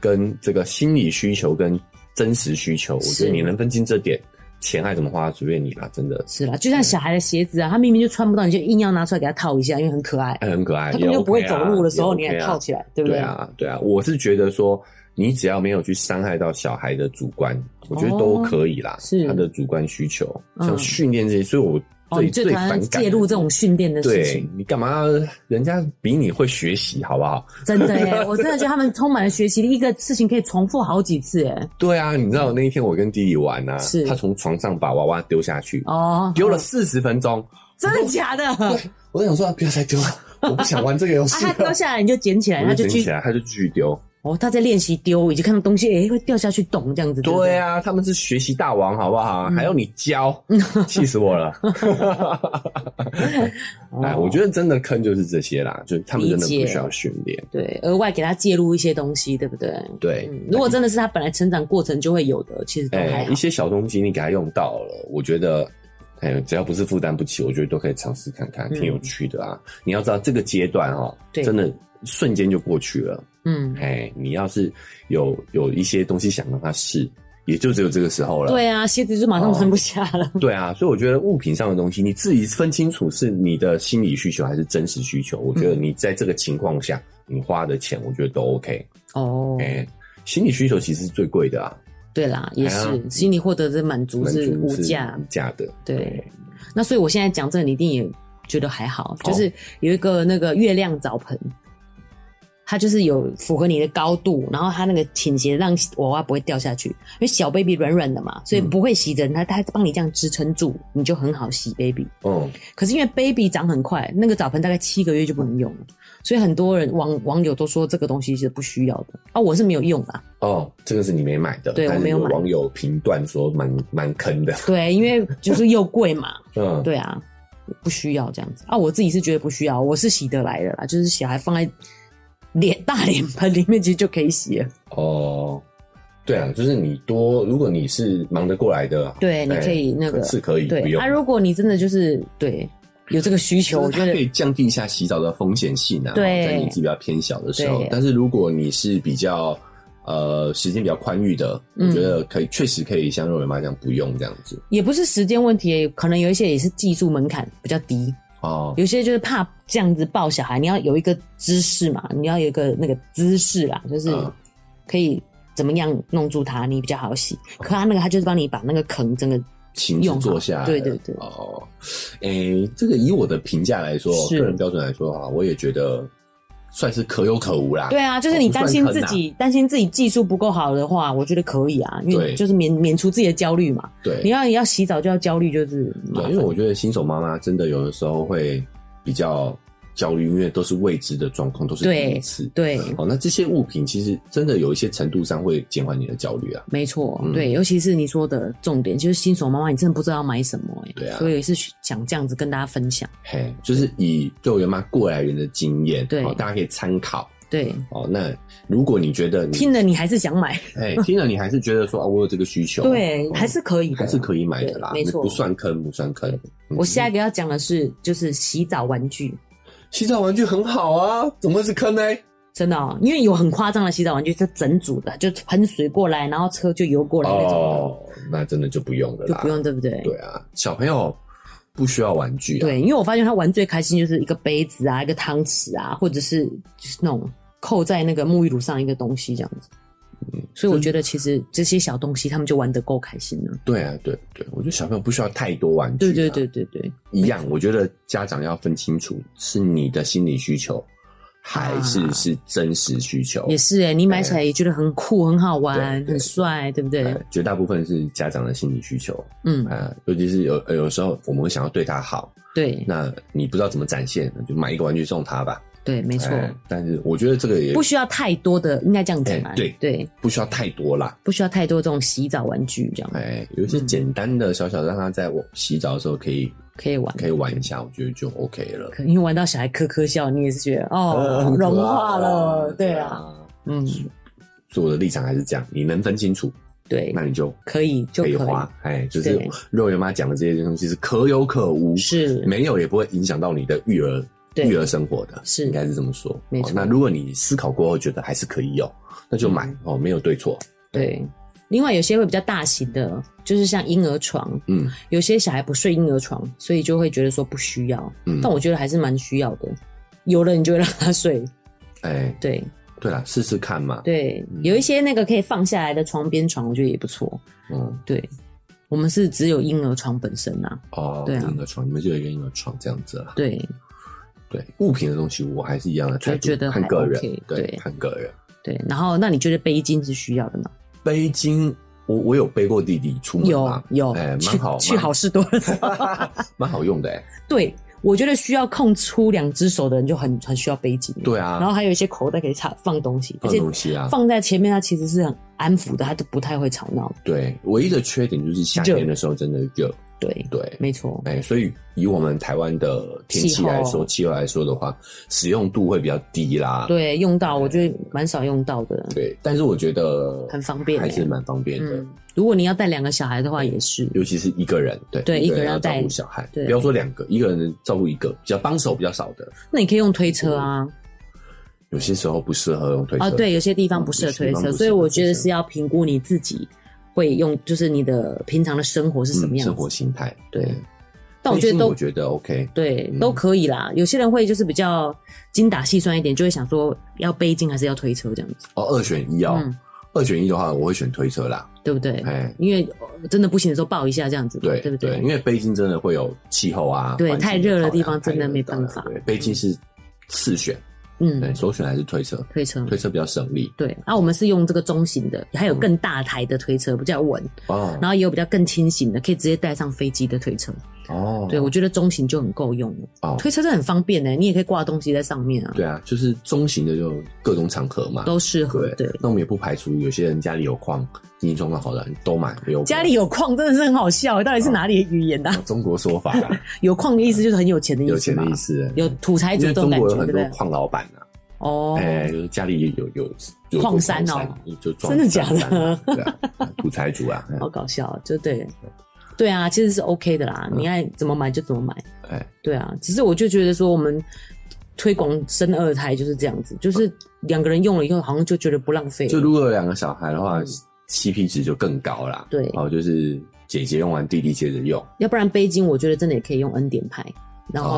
Speaker 2: 跟这个心理需求跟真实需求，我觉
Speaker 1: 是
Speaker 2: 得你能分清这点，钱爱怎么花随便你啦，真的，
Speaker 1: 是啦，就像小孩的鞋子啊，他明明就穿不到，你就硬要拿出来给他套一下，因为很可爱。
Speaker 2: 哎很可爱，
Speaker 1: 他根本就不会
Speaker 2: 也 OK
Speaker 1: 走
Speaker 2: 啊
Speaker 1: 路的时候，你
Speaker 2: 也 OK
Speaker 1: 还
Speaker 2: 啊
Speaker 1: 套起来，对不
Speaker 2: 对？啊，对啊，我是觉得说，你只要没有去伤害到小孩的主观，我觉得都可以啦。
Speaker 1: 哦是
Speaker 2: 他的主观需求，
Speaker 1: 嗯
Speaker 2: 像训练这些，所以我
Speaker 1: 哦，
Speaker 2: 最
Speaker 1: 你最
Speaker 2: 最
Speaker 1: 讨
Speaker 2: 反
Speaker 1: 厌
Speaker 2: 感
Speaker 1: 介入这种。训练的事
Speaker 2: 对
Speaker 1: 情，
Speaker 2: 你干嘛？人家比你会学习，好不好？
Speaker 1: 真的耶！我真的觉得他们充满了学习力，一个事情可以重复好几次耶。
Speaker 2: 对啊，你知道那一天我跟弟弟玩啊
Speaker 1: 嗯是，
Speaker 2: 他从床上把娃娃丢下去，
Speaker 1: 哦，
Speaker 2: 丢了四十分钟。
Speaker 1: 真的假
Speaker 2: [LAUGHS]
Speaker 1: 的？啊，
Speaker 2: 我就想说，不要再丢了，我不想玩这个游戏
Speaker 1: 他丢
Speaker 2: 了。
Speaker 1: 下来你就捡起来，
Speaker 2: 我
Speaker 1: 他
Speaker 2: 就
Speaker 1: 就
Speaker 2: 捡
Speaker 1: 去
Speaker 2: 起来，他就继续丢。
Speaker 1: 哦，他在练习丢，已经看到东西诶会掉下去洞这样子。不
Speaker 2: 对，啊，他们是学习大王，好不好？
Speaker 1: 嗯
Speaker 2: 还要你
Speaker 1: [LAUGHS]
Speaker 2: 教，气死我了！哎，我觉
Speaker 1: 得
Speaker 2: 得真的坑就是这些啦，就是他们真的
Speaker 1: 理解
Speaker 2: 不需要训练。
Speaker 1: 对，额外给他介入一些东西，对不对？
Speaker 2: 对，
Speaker 1: 嗯，如果真的是他本来成长过程就会有的，其实都还
Speaker 2: 哎，
Speaker 1: 好
Speaker 2: 一。些小东西你给他用到了，我觉得，哎，只要不是负担不起，我觉得都可以尝试看看，
Speaker 1: 嗯
Speaker 2: 挺有趣的啊。你要知道这个阶段哦，
Speaker 1: 对
Speaker 2: 真的瞬间就过去了。
Speaker 1: 嗯，
Speaker 2: 哎，你要是有有一些东西想让他试，也就只有这个时候了。
Speaker 1: 对啊，鞋子就马
Speaker 2: 哦
Speaker 1: 上穿不下
Speaker 2: [LAUGHS]
Speaker 1: 了。
Speaker 2: 对啊，所以我觉得物品上的东西，你自己分清楚是你的心理需求还是真实需求。我
Speaker 1: 嗯
Speaker 2: 觉得你在这个情况下，你花的钱，我觉得都 OK。
Speaker 1: 哦，
Speaker 2: 哎、心理需求其实是最贵的啊，
Speaker 1: 对啦，也是、
Speaker 2: 哎呀
Speaker 1: 心里获得的满足
Speaker 2: 满足
Speaker 1: 是
Speaker 2: 是
Speaker 1: 无价
Speaker 2: 无。价的。
Speaker 1: 对，
Speaker 2: 哦
Speaker 1: 那所以我现在讲这个，你一定也觉得还好，就是有一个那个月亮澡盆，它就是有符合你的高度，然后它那个倾斜让娃娃不会掉下去，因为小 baby 软软的嘛，所以
Speaker 2: 嗯
Speaker 1: 不会吸着它，它帮你这样支撑住，你就很好洗 baby。
Speaker 2: 嗯，
Speaker 1: 可是因为 baby 长很快，那个澡盆大概七个月就不能用了，所以很多人网网友都说这个东西是不需要的啊，我是没有用啊。
Speaker 2: 哦，这个是你没买的，
Speaker 1: 对
Speaker 2: 但
Speaker 1: 我
Speaker 2: 是
Speaker 1: 没有
Speaker 2: 有
Speaker 1: 买
Speaker 2: 网友评断说蛮蛮坑的，
Speaker 1: 对，因为就是又贵嘛， [LAUGHS]
Speaker 2: 嗯，
Speaker 1: 对啊，不需要这样子啊。我自己是觉得不需要，我是洗得来的啦，就是小孩放在脸 [LAUGHS] 大脸盆里面，其实就可以洗了。
Speaker 2: 哦，对啊，就是你多，如果你是忙得过来的，
Speaker 1: 对你
Speaker 2: 哎
Speaker 1: 可以那个
Speaker 2: 是可以不
Speaker 1: 对，
Speaker 2: 用
Speaker 1: 啊，。如果你真的就是对有这个需求，我
Speaker 2: [LAUGHS] 就是
Speaker 1: 觉
Speaker 2: 它可
Speaker 1: 得
Speaker 2: 以降低一下洗澡的风险性啊，
Speaker 1: 对
Speaker 2: 在年纪比较偏小的时候
Speaker 1: 对。
Speaker 2: 但是如果你是比较呃时间比较宽裕的，
Speaker 1: 嗯
Speaker 2: 我觉得可以，确实可以像肉圆妈这样不用这样子
Speaker 1: 也不是时间问题，可能有一些也是技术门槛比较低，
Speaker 2: 哦。
Speaker 1: 有些就是怕这样子抱小孩，你要有一个姿势嘛，你要有一个那个姿势啦，就是
Speaker 2: 嗯
Speaker 1: 可以怎么样弄住它，你比较好洗。可他那个他就是帮你把那个坑整个
Speaker 2: 哦亲自
Speaker 1: 用好
Speaker 2: 坐下来，
Speaker 1: 对对对
Speaker 2: 哦，诶、这个以我的评价来说，
Speaker 1: 是
Speaker 2: 个人标准来说的话，我也觉得算是可有可无啦。
Speaker 1: 对啊，就是
Speaker 2: 哦
Speaker 1: 你担心自己、担心自己技术不够好的话，我觉得可以啊，因为
Speaker 2: 啊对
Speaker 1: 就是免免除自己的焦虑嘛。
Speaker 2: 对
Speaker 1: 你要你要洗澡就要焦虑，就是麻
Speaker 2: 对，
Speaker 1: 烦
Speaker 2: 因为我觉得新手妈妈真的有的时候会比较焦虑，因为都是未知的状况，都是第一次。
Speaker 1: 对，
Speaker 2: 好，那这些物品其实真的有一些程度上会减缓你的焦虑啊。
Speaker 1: 没错，
Speaker 2: 嗯
Speaker 1: 对，尤其是你说的重点，就是新手妈妈，你真的不知道要买什么、欸，
Speaker 2: 对啊
Speaker 1: 所以也是想这样子跟大家分享，
Speaker 2: 嘿，就是以幼儿园妈过来人的经验，哦
Speaker 1: 对
Speaker 2: 好，大家可以参考。
Speaker 1: 对，
Speaker 2: 哦，那如果你觉得你
Speaker 1: 听了你还是想买，
Speaker 2: 哎听了你还是觉得说啊，我有这个需求，
Speaker 1: 对，
Speaker 2: 哦
Speaker 1: 还是可以的，
Speaker 2: 还是可以买的啦，
Speaker 1: 对没错
Speaker 2: 不算坑，不算坑。嗯
Speaker 1: 我下一个要讲的是，就是洗澡玩具，
Speaker 2: 洗澡玩具很好啊，怎么会是坑呢？
Speaker 1: 真的、哦，因为有很夸张的洗澡玩具，是整组的，就喷水过来，然后车就游过来那种
Speaker 2: 哦，那真的就不用了
Speaker 1: 的，就
Speaker 2: 啦，
Speaker 1: 不用，对不对？
Speaker 2: 对啊，小朋友不需要玩具、啊。
Speaker 1: 对，因为我发现他玩最开心就是一个杯子啊，一个汤匙啊，或者是就是那种扣在那个沐浴乳上一个东西这样子。
Speaker 2: 嗯
Speaker 1: 所以我觉得其实这些小东西他们就玩得够开心了。
Speaker 2: 对啊，对对，我觉得小朋友不需要太多玩具、啊
Speaker 1: 对对，对对对，
Speaker 2: 一样。我觉得家长要分清楚是你的心理需求，还是
Speaker 1: 啊
Speaker 2: 是真实需求。
Speaker 1: 也是哎、你买起来也觉得很酷、很好玩、
Speaker 2: 哦对对
Speaker 1: 很帅，对不对
Speaker 2: 呃？绝大部分是家长的心理需求
Speaker 1: 嗯，
Speaker 2: 啊、呃尤其是有呃有时候我们会想要对他好，
Speaker 1: 对
Speaker 2: 那你不知道怎么展现，那就买一个玩具送他吧。
Speaker 1: 对，没错，
Speaker 2: 哎但是我觉得这个也
Speaker 1: 不需要太多的，应该这样讲啊。
Speaker 2: 哎对
Speaker 1: 对，
Speaker 2: 不需要太多啦。
Speaker 1: 不需要太多这种洗澡玩具这样
Speaker 2: 哎，有一些简单的小小的，让他在我洗澡的时候可以
Speaker 1: 可以玩。
Speaker 2: 可以玩一下，我觉得就 OK 了。
Speaker 1: 可因为玩到小孩咯咯笑，你也是觉得
Speaker 2: 呃
Speaker 1: 哦
Speaker 2: 很可爱
Speaker 1: 融化了，
Speaker 2: 啊
Speaker 1: 对啊，，嗯，
Speaker 2: 所以我的立场还是这样，你能分清楚，
Speaker 1: 对，
Speaker 2: 那你就
Speaker 1: 可以就
Speaker 2: 可
Speaker 1: 可
Speaker 2: 以
Speaker 1: 以
Speaker 2: 花。哎，就是
Speaker 1: 对
Speaker 2: 肉圆妈讲的这些东西是可有可无，
Speaker 1: 是
Speaker 2: 没有也不会影响到你的育儿
Speaker 1: 对
Speaker 2: 育儿生活的，
Speaker 1: 是
Speaker 2: 应该是这么说。
Speaker 1: 没错
Speaker 2: 哦那如果你思考过后觉得还是可以有，那就
Speaker 1: 嗯
Speaker 2: 买哦，没有对错。
Speaker 1: 对。另外有些会比较大型的，就是像婴儿床，
Speaker 2: 嗯
Speaker 1: 有些小孩不睡婴儿床，所以就会觉得说不需要。
Speaker 2: 嗯，
Speaker 1: 但我觉得还是蛮需要的，有了你就会让他睡。
Speaker 2: 哎，
Speaker 1: 对
Speaker 2: 对啦，试试看嘛。
Speaker 1: 对
Speaker 2: 嗯，
Speaker 1: 有一些那个可以放下来的床边床，我觉得也不错。
Speaker 2: 嗯
Speaker 1: 对，我们是只有婴儿床本身啊。
Speaker 2: 哦，
Speaker 1: 对啊
Speaker 2: 婴儿床，你们就有一个婴儿床这样子啦。
Speaker 1: 对，
Speaker 2: 对物品的东西，我还是一样的态度，
Speaker 1: 就觉得还
Speaker 2: 看个人
Speaker 1: OK，，对
Speaker 2: 看个人。
Speaker 1: 对，然后那你觉得背巾是需要的吗？
Speaker 2: 背巾，我我有背过弟弟出门
Speaker 1: 有
Speaker 2: 吗
Speaker 1: 有
Speaker 2: 哎，，
Speaker 1: 去
Speaker 2: 蛮好，
Speaker 1: 去好事多
Speaker 2: [LAUGHS]
Speaker 1: 了。
Speaker 2: 蛮，蛮好用的哎。
Speaker 1: 对，我觉得需要空出两只手的人就很很需要背巾。
Speaker 2: 对啊，
Speaker 1: 然后还有一些口袋可以插放东西，而
Speaker 2: 放
Speaker 1: 且
Speaker 2: 东西啊，
Speaker 1: 放在前面，它其实是很安抚的，它就不太会吵闹。
Speaker 2: 对，唯一的缺点就是夏
Speaker 1: 热
Speaker 2: 天的时候真的热，
Speaker 1: 对，
Speaker 2: 对。
Speaker 1: 没错，
Speaker 2: 哎，所以以我们台湾的天气来
Speaker 1: 气候
Speaker 2: 说，气候来说的话，使用度会比较低啦。
Speaker 1: 对，用到我觉得蛮少用到的。
Speaker 2: 对，但是我觉得
Speaker 1: 很方便
Speaker 2: 还是
Speaker 1: 哎
Speaker 2: 蛮方便的，
Speaker 1: 嗯，如果你要带两个小孩的话，也是
Speaker 2: 尤其是一个人，对
Speaker 1: 对
Speaker 2: 一
Speaker 1: 一个人
Speaker 2: 要
Speaker 1: 要
Speaker 2: 照
Speaker 1: 带
Speaker 2: 顾小孩，
Speaker 1: 对
Speaker 2: 不要说两个，一个人照顾一个，比较帮手比较少的，
Speaker 1: 那你可以用推车啊，
Speaker 2: 有些时候不适合用推车。
Speaker 1: 啊，对，有些地方不适合推
Speaker 2: 嗯有些
Speaker 1: 车，
Speaker 2: 地方不适合
Speaker 1: 所以我觉得
Speaker 2: 推车
Speaker 1: 是要评估你自己会用，就是你的平常的生活是
Speaker 2: 嗯，
Speaker 1: 什么样
Speaker 2: 生活
Speaker 1: 子。
Speaker 2: 心态。
Speaker 1: 对
Speaker 2: 嗯
Speaker 1: 但我觉得
Speaker 2: 内心
Speaker 1: 都
Speaker 2: 我觉得 OK。
Speaker 1: 对
Speaker 2: 嗯，
Speaker 1: 都可以啦。有些人会就是比较精打细算一点，就会想说要背巾还是要推车这样子，
Speaker 2: 哦，二选一哦，
Speaker 1: 嗯
Speaker 2: 二选一的话，我会选推车啦。
Speaker 1: 对不对？
Speaker 2: 哎，
Speaker 1: 因为呃真的不行的时候抱一下这样子嘛，
Speaker 2: 对
Speaker 1: 对不
Speaker 2: 因为背巾真的会有气候啊，
Speaker 1: 对
Speaker 2: 环境
Speaker 1: 太热的
Speaker 2: 的考量
Speaker 1: 地方真的没
Speaker 2: 太热的
Speaker 1: 办法
Speaker 2: 对，背巾是次选，对，
Speaker 1: 嗯，
Speaker 2: 首选还是推车，
Speaker 1: 推车。
Speaker 2: 推嗯车比较省力
Speaker 1: 对，啊那、我们是用这个中型的，还有更大台的推车，比较稳，
Speaker 2: 哦
Speaker 1: 然后也有比较更轻型的，可以直接带上飞机的推车。
Speaker 2: 哦，
Speaker 1: 对，我觉得中型就很够用了。
Speaker 2: 哦
Speaker 1: 推车是很方便的、你也可以挂东西在上面啊，
Speaker 2: 对啊，就是中型的就各种场合嘛，
Speaker 1: 都适合。
Speaker 2: 对
Speaker 1: 对，
Speaker 2: 那我们也不排除有些人家里有矿，经济状况好的人都买，有
Speaker 1: 家里有矿真的是很好笑，到底是哪里的语言啊？
Speaker 2: 中国说法、
Speaker 1: [LAUGHS]
Speaker 2: 啊，
Speaker 1: 有矿的意思就是很有钱的意思嘛，
Speaker 2: 有钱的意思，
Speaker 1: 有土财主
Speaker 2: 因为
Speaker 1: 这种
Speaker 2: 中
Speaker 1: 感
Speaker 2: 国
Speaker 1: 觉，对
Speaker 2: 有很
Speaker 1: 不
Speaker 2: 多
Speaker 1: 对？
Speaker 2: 矿老板啊，
Speaker 1: 哦，
Speaker 2: 哎、就是家里有有有
Speaker 1: 矿山哦
Speaker 2: 有就
Speaker 1: 真的假的哦
Speaker 2: 矿山啊 [LAUGHS] 对啊，土财主啊，
Speaker 1: 好搞笑，就对，对啊，其实是 OK 的
Speaker 2: 嗯
Speaker 1: 啦，你爱怎么买就怎么买，
Speaker 2: 哎，
Speaker 1: 对啊，只是我就觉得说我们推广生二胎就是这样子，就是两个人用了以后，好像就觉得不浪费
Speaker 2: 就
Speaker 1: 了，
Speaker 2: 如果有两个小孩的话、c p 值就更高啦。
Speaker 1: 对
Speaker 2: 哦，就是姐姐用完，弟弟接着用，
Speaker 1: 要不然背巾我觉得真的也可以用 N 点牌，然后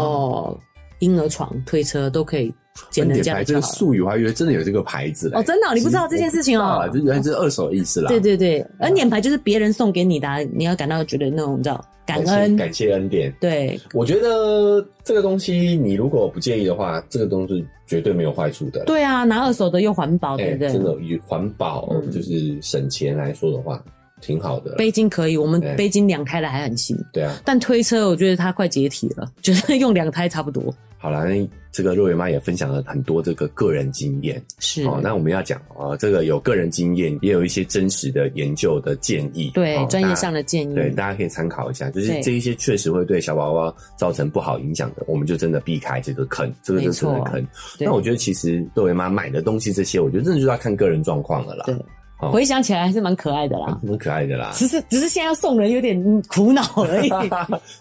Speaker 2: 哦
Speaker 1: 婴儿床、推车都可以捡人
Speaker 2: 点
Speaker 1: 家
Speaker 2: 牌
Speaker 1: 的
Speaker 2: 这
Speaker 1: 就
Speaker 2: 个
Speaker 1: 好了。
Speaker 2: 术语，我还以为真的有这个牌子嘞
Speaker 1: 哦，真的哦、你不知道这件事情哦
Speaker 2: 啊，？这原来是二手意思啦。
Speaker 1: 对对
Speaker 2: 啊
Speaker 1: 对，N 点牌就是别人送给你的啊、你要感到觉得那种你知道感
Speaker 2: 感谢，
Speaker 1: 恩，
Speaker 2: 感谢恩典。
Speaker 1: 对，
Speaker 2: 我觉得这个东西，你如果不介意的话，这个东西绝对没有坏处的。
Speaker 1: 对啊，拿二手的又环保，对
Speaker 2: 哎，
Speaker 1: 不对？
Speaker 2: 真的以环保、
Speaker 1: 嗯
Speaker 2: 就是省钱来说的话，挺好的。
Speaker 1: 背巾可以，我们
Speaker 2: 对
Speaker 1: 背巾两胎了还很新，
Speaker 2: 对啊，
Speaker 1: 但推车我觉得它快解体了，觉得用两胎差不多。
Speaker 2: 好啦，那这个若圆妈也分享了很多这个个人经验
Speaker 1: 是，
Speaker 2: 哦。那我们要讲哦，这个有个人经验，也有一些真实的研究的建议，
Speaker 1: 对
Speaker 2: 哦
Speaker 1: 专业上
Speaker 2: 大家
Speaker 1: 的建议，
Speaker 2: 对，大家可以参考一下，就
Speaker 1: 对
Speaker 2: 是这一些确实会对小宝宝造成不好影响的，我们就真的避开这个坑，这个就
Speaker 1: 没
Speaker 2: 真的
Speaker 1: 错
Speaker 2: 坑。
Speaker 1: 对
Speaker 2: 那我觉得其实作为妈买的东西这些，我觉得真的就要看个人状况了啦，
Speaker 1: 对
Speaker 2: 哦嗯
Speaker 1: 回想起来还是蛮可爱的啦。
Speaker 2: 蛮可爱的啦，
Speaker 1: 只是只是现在要送人有点嗯苦恼
Speaker 2: [LAUGHS]
Speaker 1: 而已。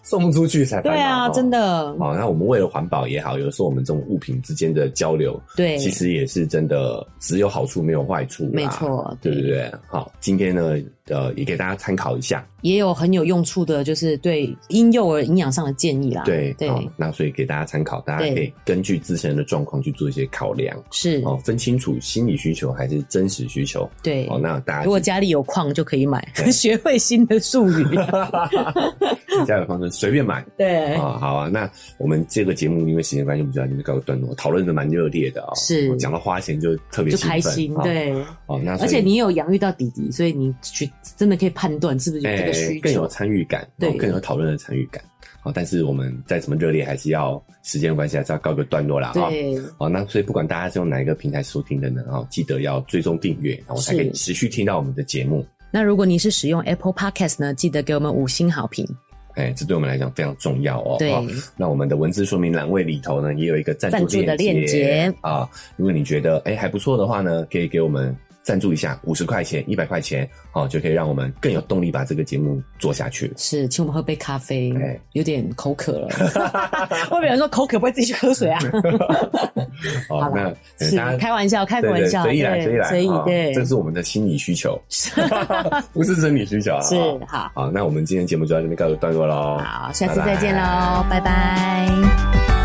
Speaker 2: 送不出去才烦恼
Speaker 1: 对啊，
Speaker 2: 哦
Speaker 1: 真。的，
Speaker 2: 好，那我们为了环保也好，有时候我们这种物品之间的交流，
Speaker 1: 对，
Speaker 2: 其实也是真的只有好处没有坏处啦，
Speaker 1: 没错，
Speaker 2: 对不对？好，今天呢，呃，也给大家参考一下，
Speaker 1: 也有很有用处的，就是对婴幼儿营养上的建议啦。
Speaker 2: 对，
Speaker 1: 啊对，
Speaker 2: 好，那所以给大家参考，大家
Speaker 1: 对嗯
Speaker 2: 可以根据自身的状况去做一些考量，
Speaker 1: 是，
Speaker 2: 哦，分清楚心理需求还是真实需求，
Speaker 1: 对。
Speaker 2: 哦，那大家
Speaker 1: 如果家里有矿就可以买，[LAUGHS]
Speaker 2: 对
Speaker 1: 学会新的术
Speaker 2: [LAUGHS]
Speaker 1: 语。
Speaker 2: 家有方针随便买。
Speaker 1: 对，
Speaker 2: 啊、好啊，那我们这个节目因为时间关系，我们就要这边告一段落，讨论的蛮热烈的哦。
Speaker 1: 是
Speaker 2: 哦讲到花钱就特别
Speaker 1: 就
Speaker 2: 兴奋
Speaker 1: 开心，
Speaker 2: 哦、
Speaker 1: 对。
Speaker 2: 哦，那所
Speaker 1: 而
Speaker 2: 以
Speaker 1: 且你有养育到弟弟，所以你去真的可以判断是不是有
Speaker 2: 哎、
Speaker 1: 这个需
Speaker 2: 更有
Speaker 1: 求。
Speaker 2: 参与感，
Speaker 1: 对
Speaker 2: 哦更有讨论的参与感。好、但是我们再怎么热烈，还是要时间关系，还是要告个段落啦。哈。
Speaker 1: 对，
Speaker 2: 好、那所以不管大家是用哪一个平台收听的呢，哦，记得要追踪订阅，然后才可以
Speaker 1: 是
Speaker 2: 持续听到我们的节目。
Speaker 1: 那如果你是使用 Apple Podcast 呢，记得给我们五星好评。
Speaker 2: 哎、这对我们来讲非常重要哦。
Speaker 1: 对
Speaker 2: 哦那我们的文字说明栏位里头呢，也有一个赞
Speaker 1: 赞助
Speaker 2: 助
Speaker 1: 的链
Speaker 2: 链
Speaker 1: 接
Speaker 2: 啊。如果你觉得哎、还不错的话呢，可以给我们赞助一下，五十块钱、一百块钱，好、就可以让我们更有动力把这个节目做下去。
Speaker 1: 是，请我们喝杯咖啡
Speaker 2: 对，
Speaker 1: 有点口渴
Speaker 2: [LAUGHS]
Speaker 1: 了。外面人说口渴不会自己去喝水啊？
Speaker 2: 哦
Speaker 1: 好，
Speaker 2: 那呃
Speaker 1: 是
Speaker 2: 大家
Speaker 1: 开玩笑，开个
Speaker 2: 对
Speaker 1: 玩
Speaker 2: 对
Speaker 1: 笑，
Speaker 2: 随意来，
Speaker 1: 对
Speaker 2: 随意来，
Speaker 1: 随意
Speaker 2: 啊
Speaker 1: 对，
Speaker 2: 这是我们的心理
Speaker 1: [LAUGHS]
Speaker 2: 需求，不是生理需求啊。
Speaker 1: 是
Speaker 2: 啊
Speaker 1: 好，
Speaker 2: 好，那我们今天节目就到这边告一个段落喽。
Speaker 1: 好，下次
Speaker 2: 拜拜
Speaker 1: 再见喽，拜拜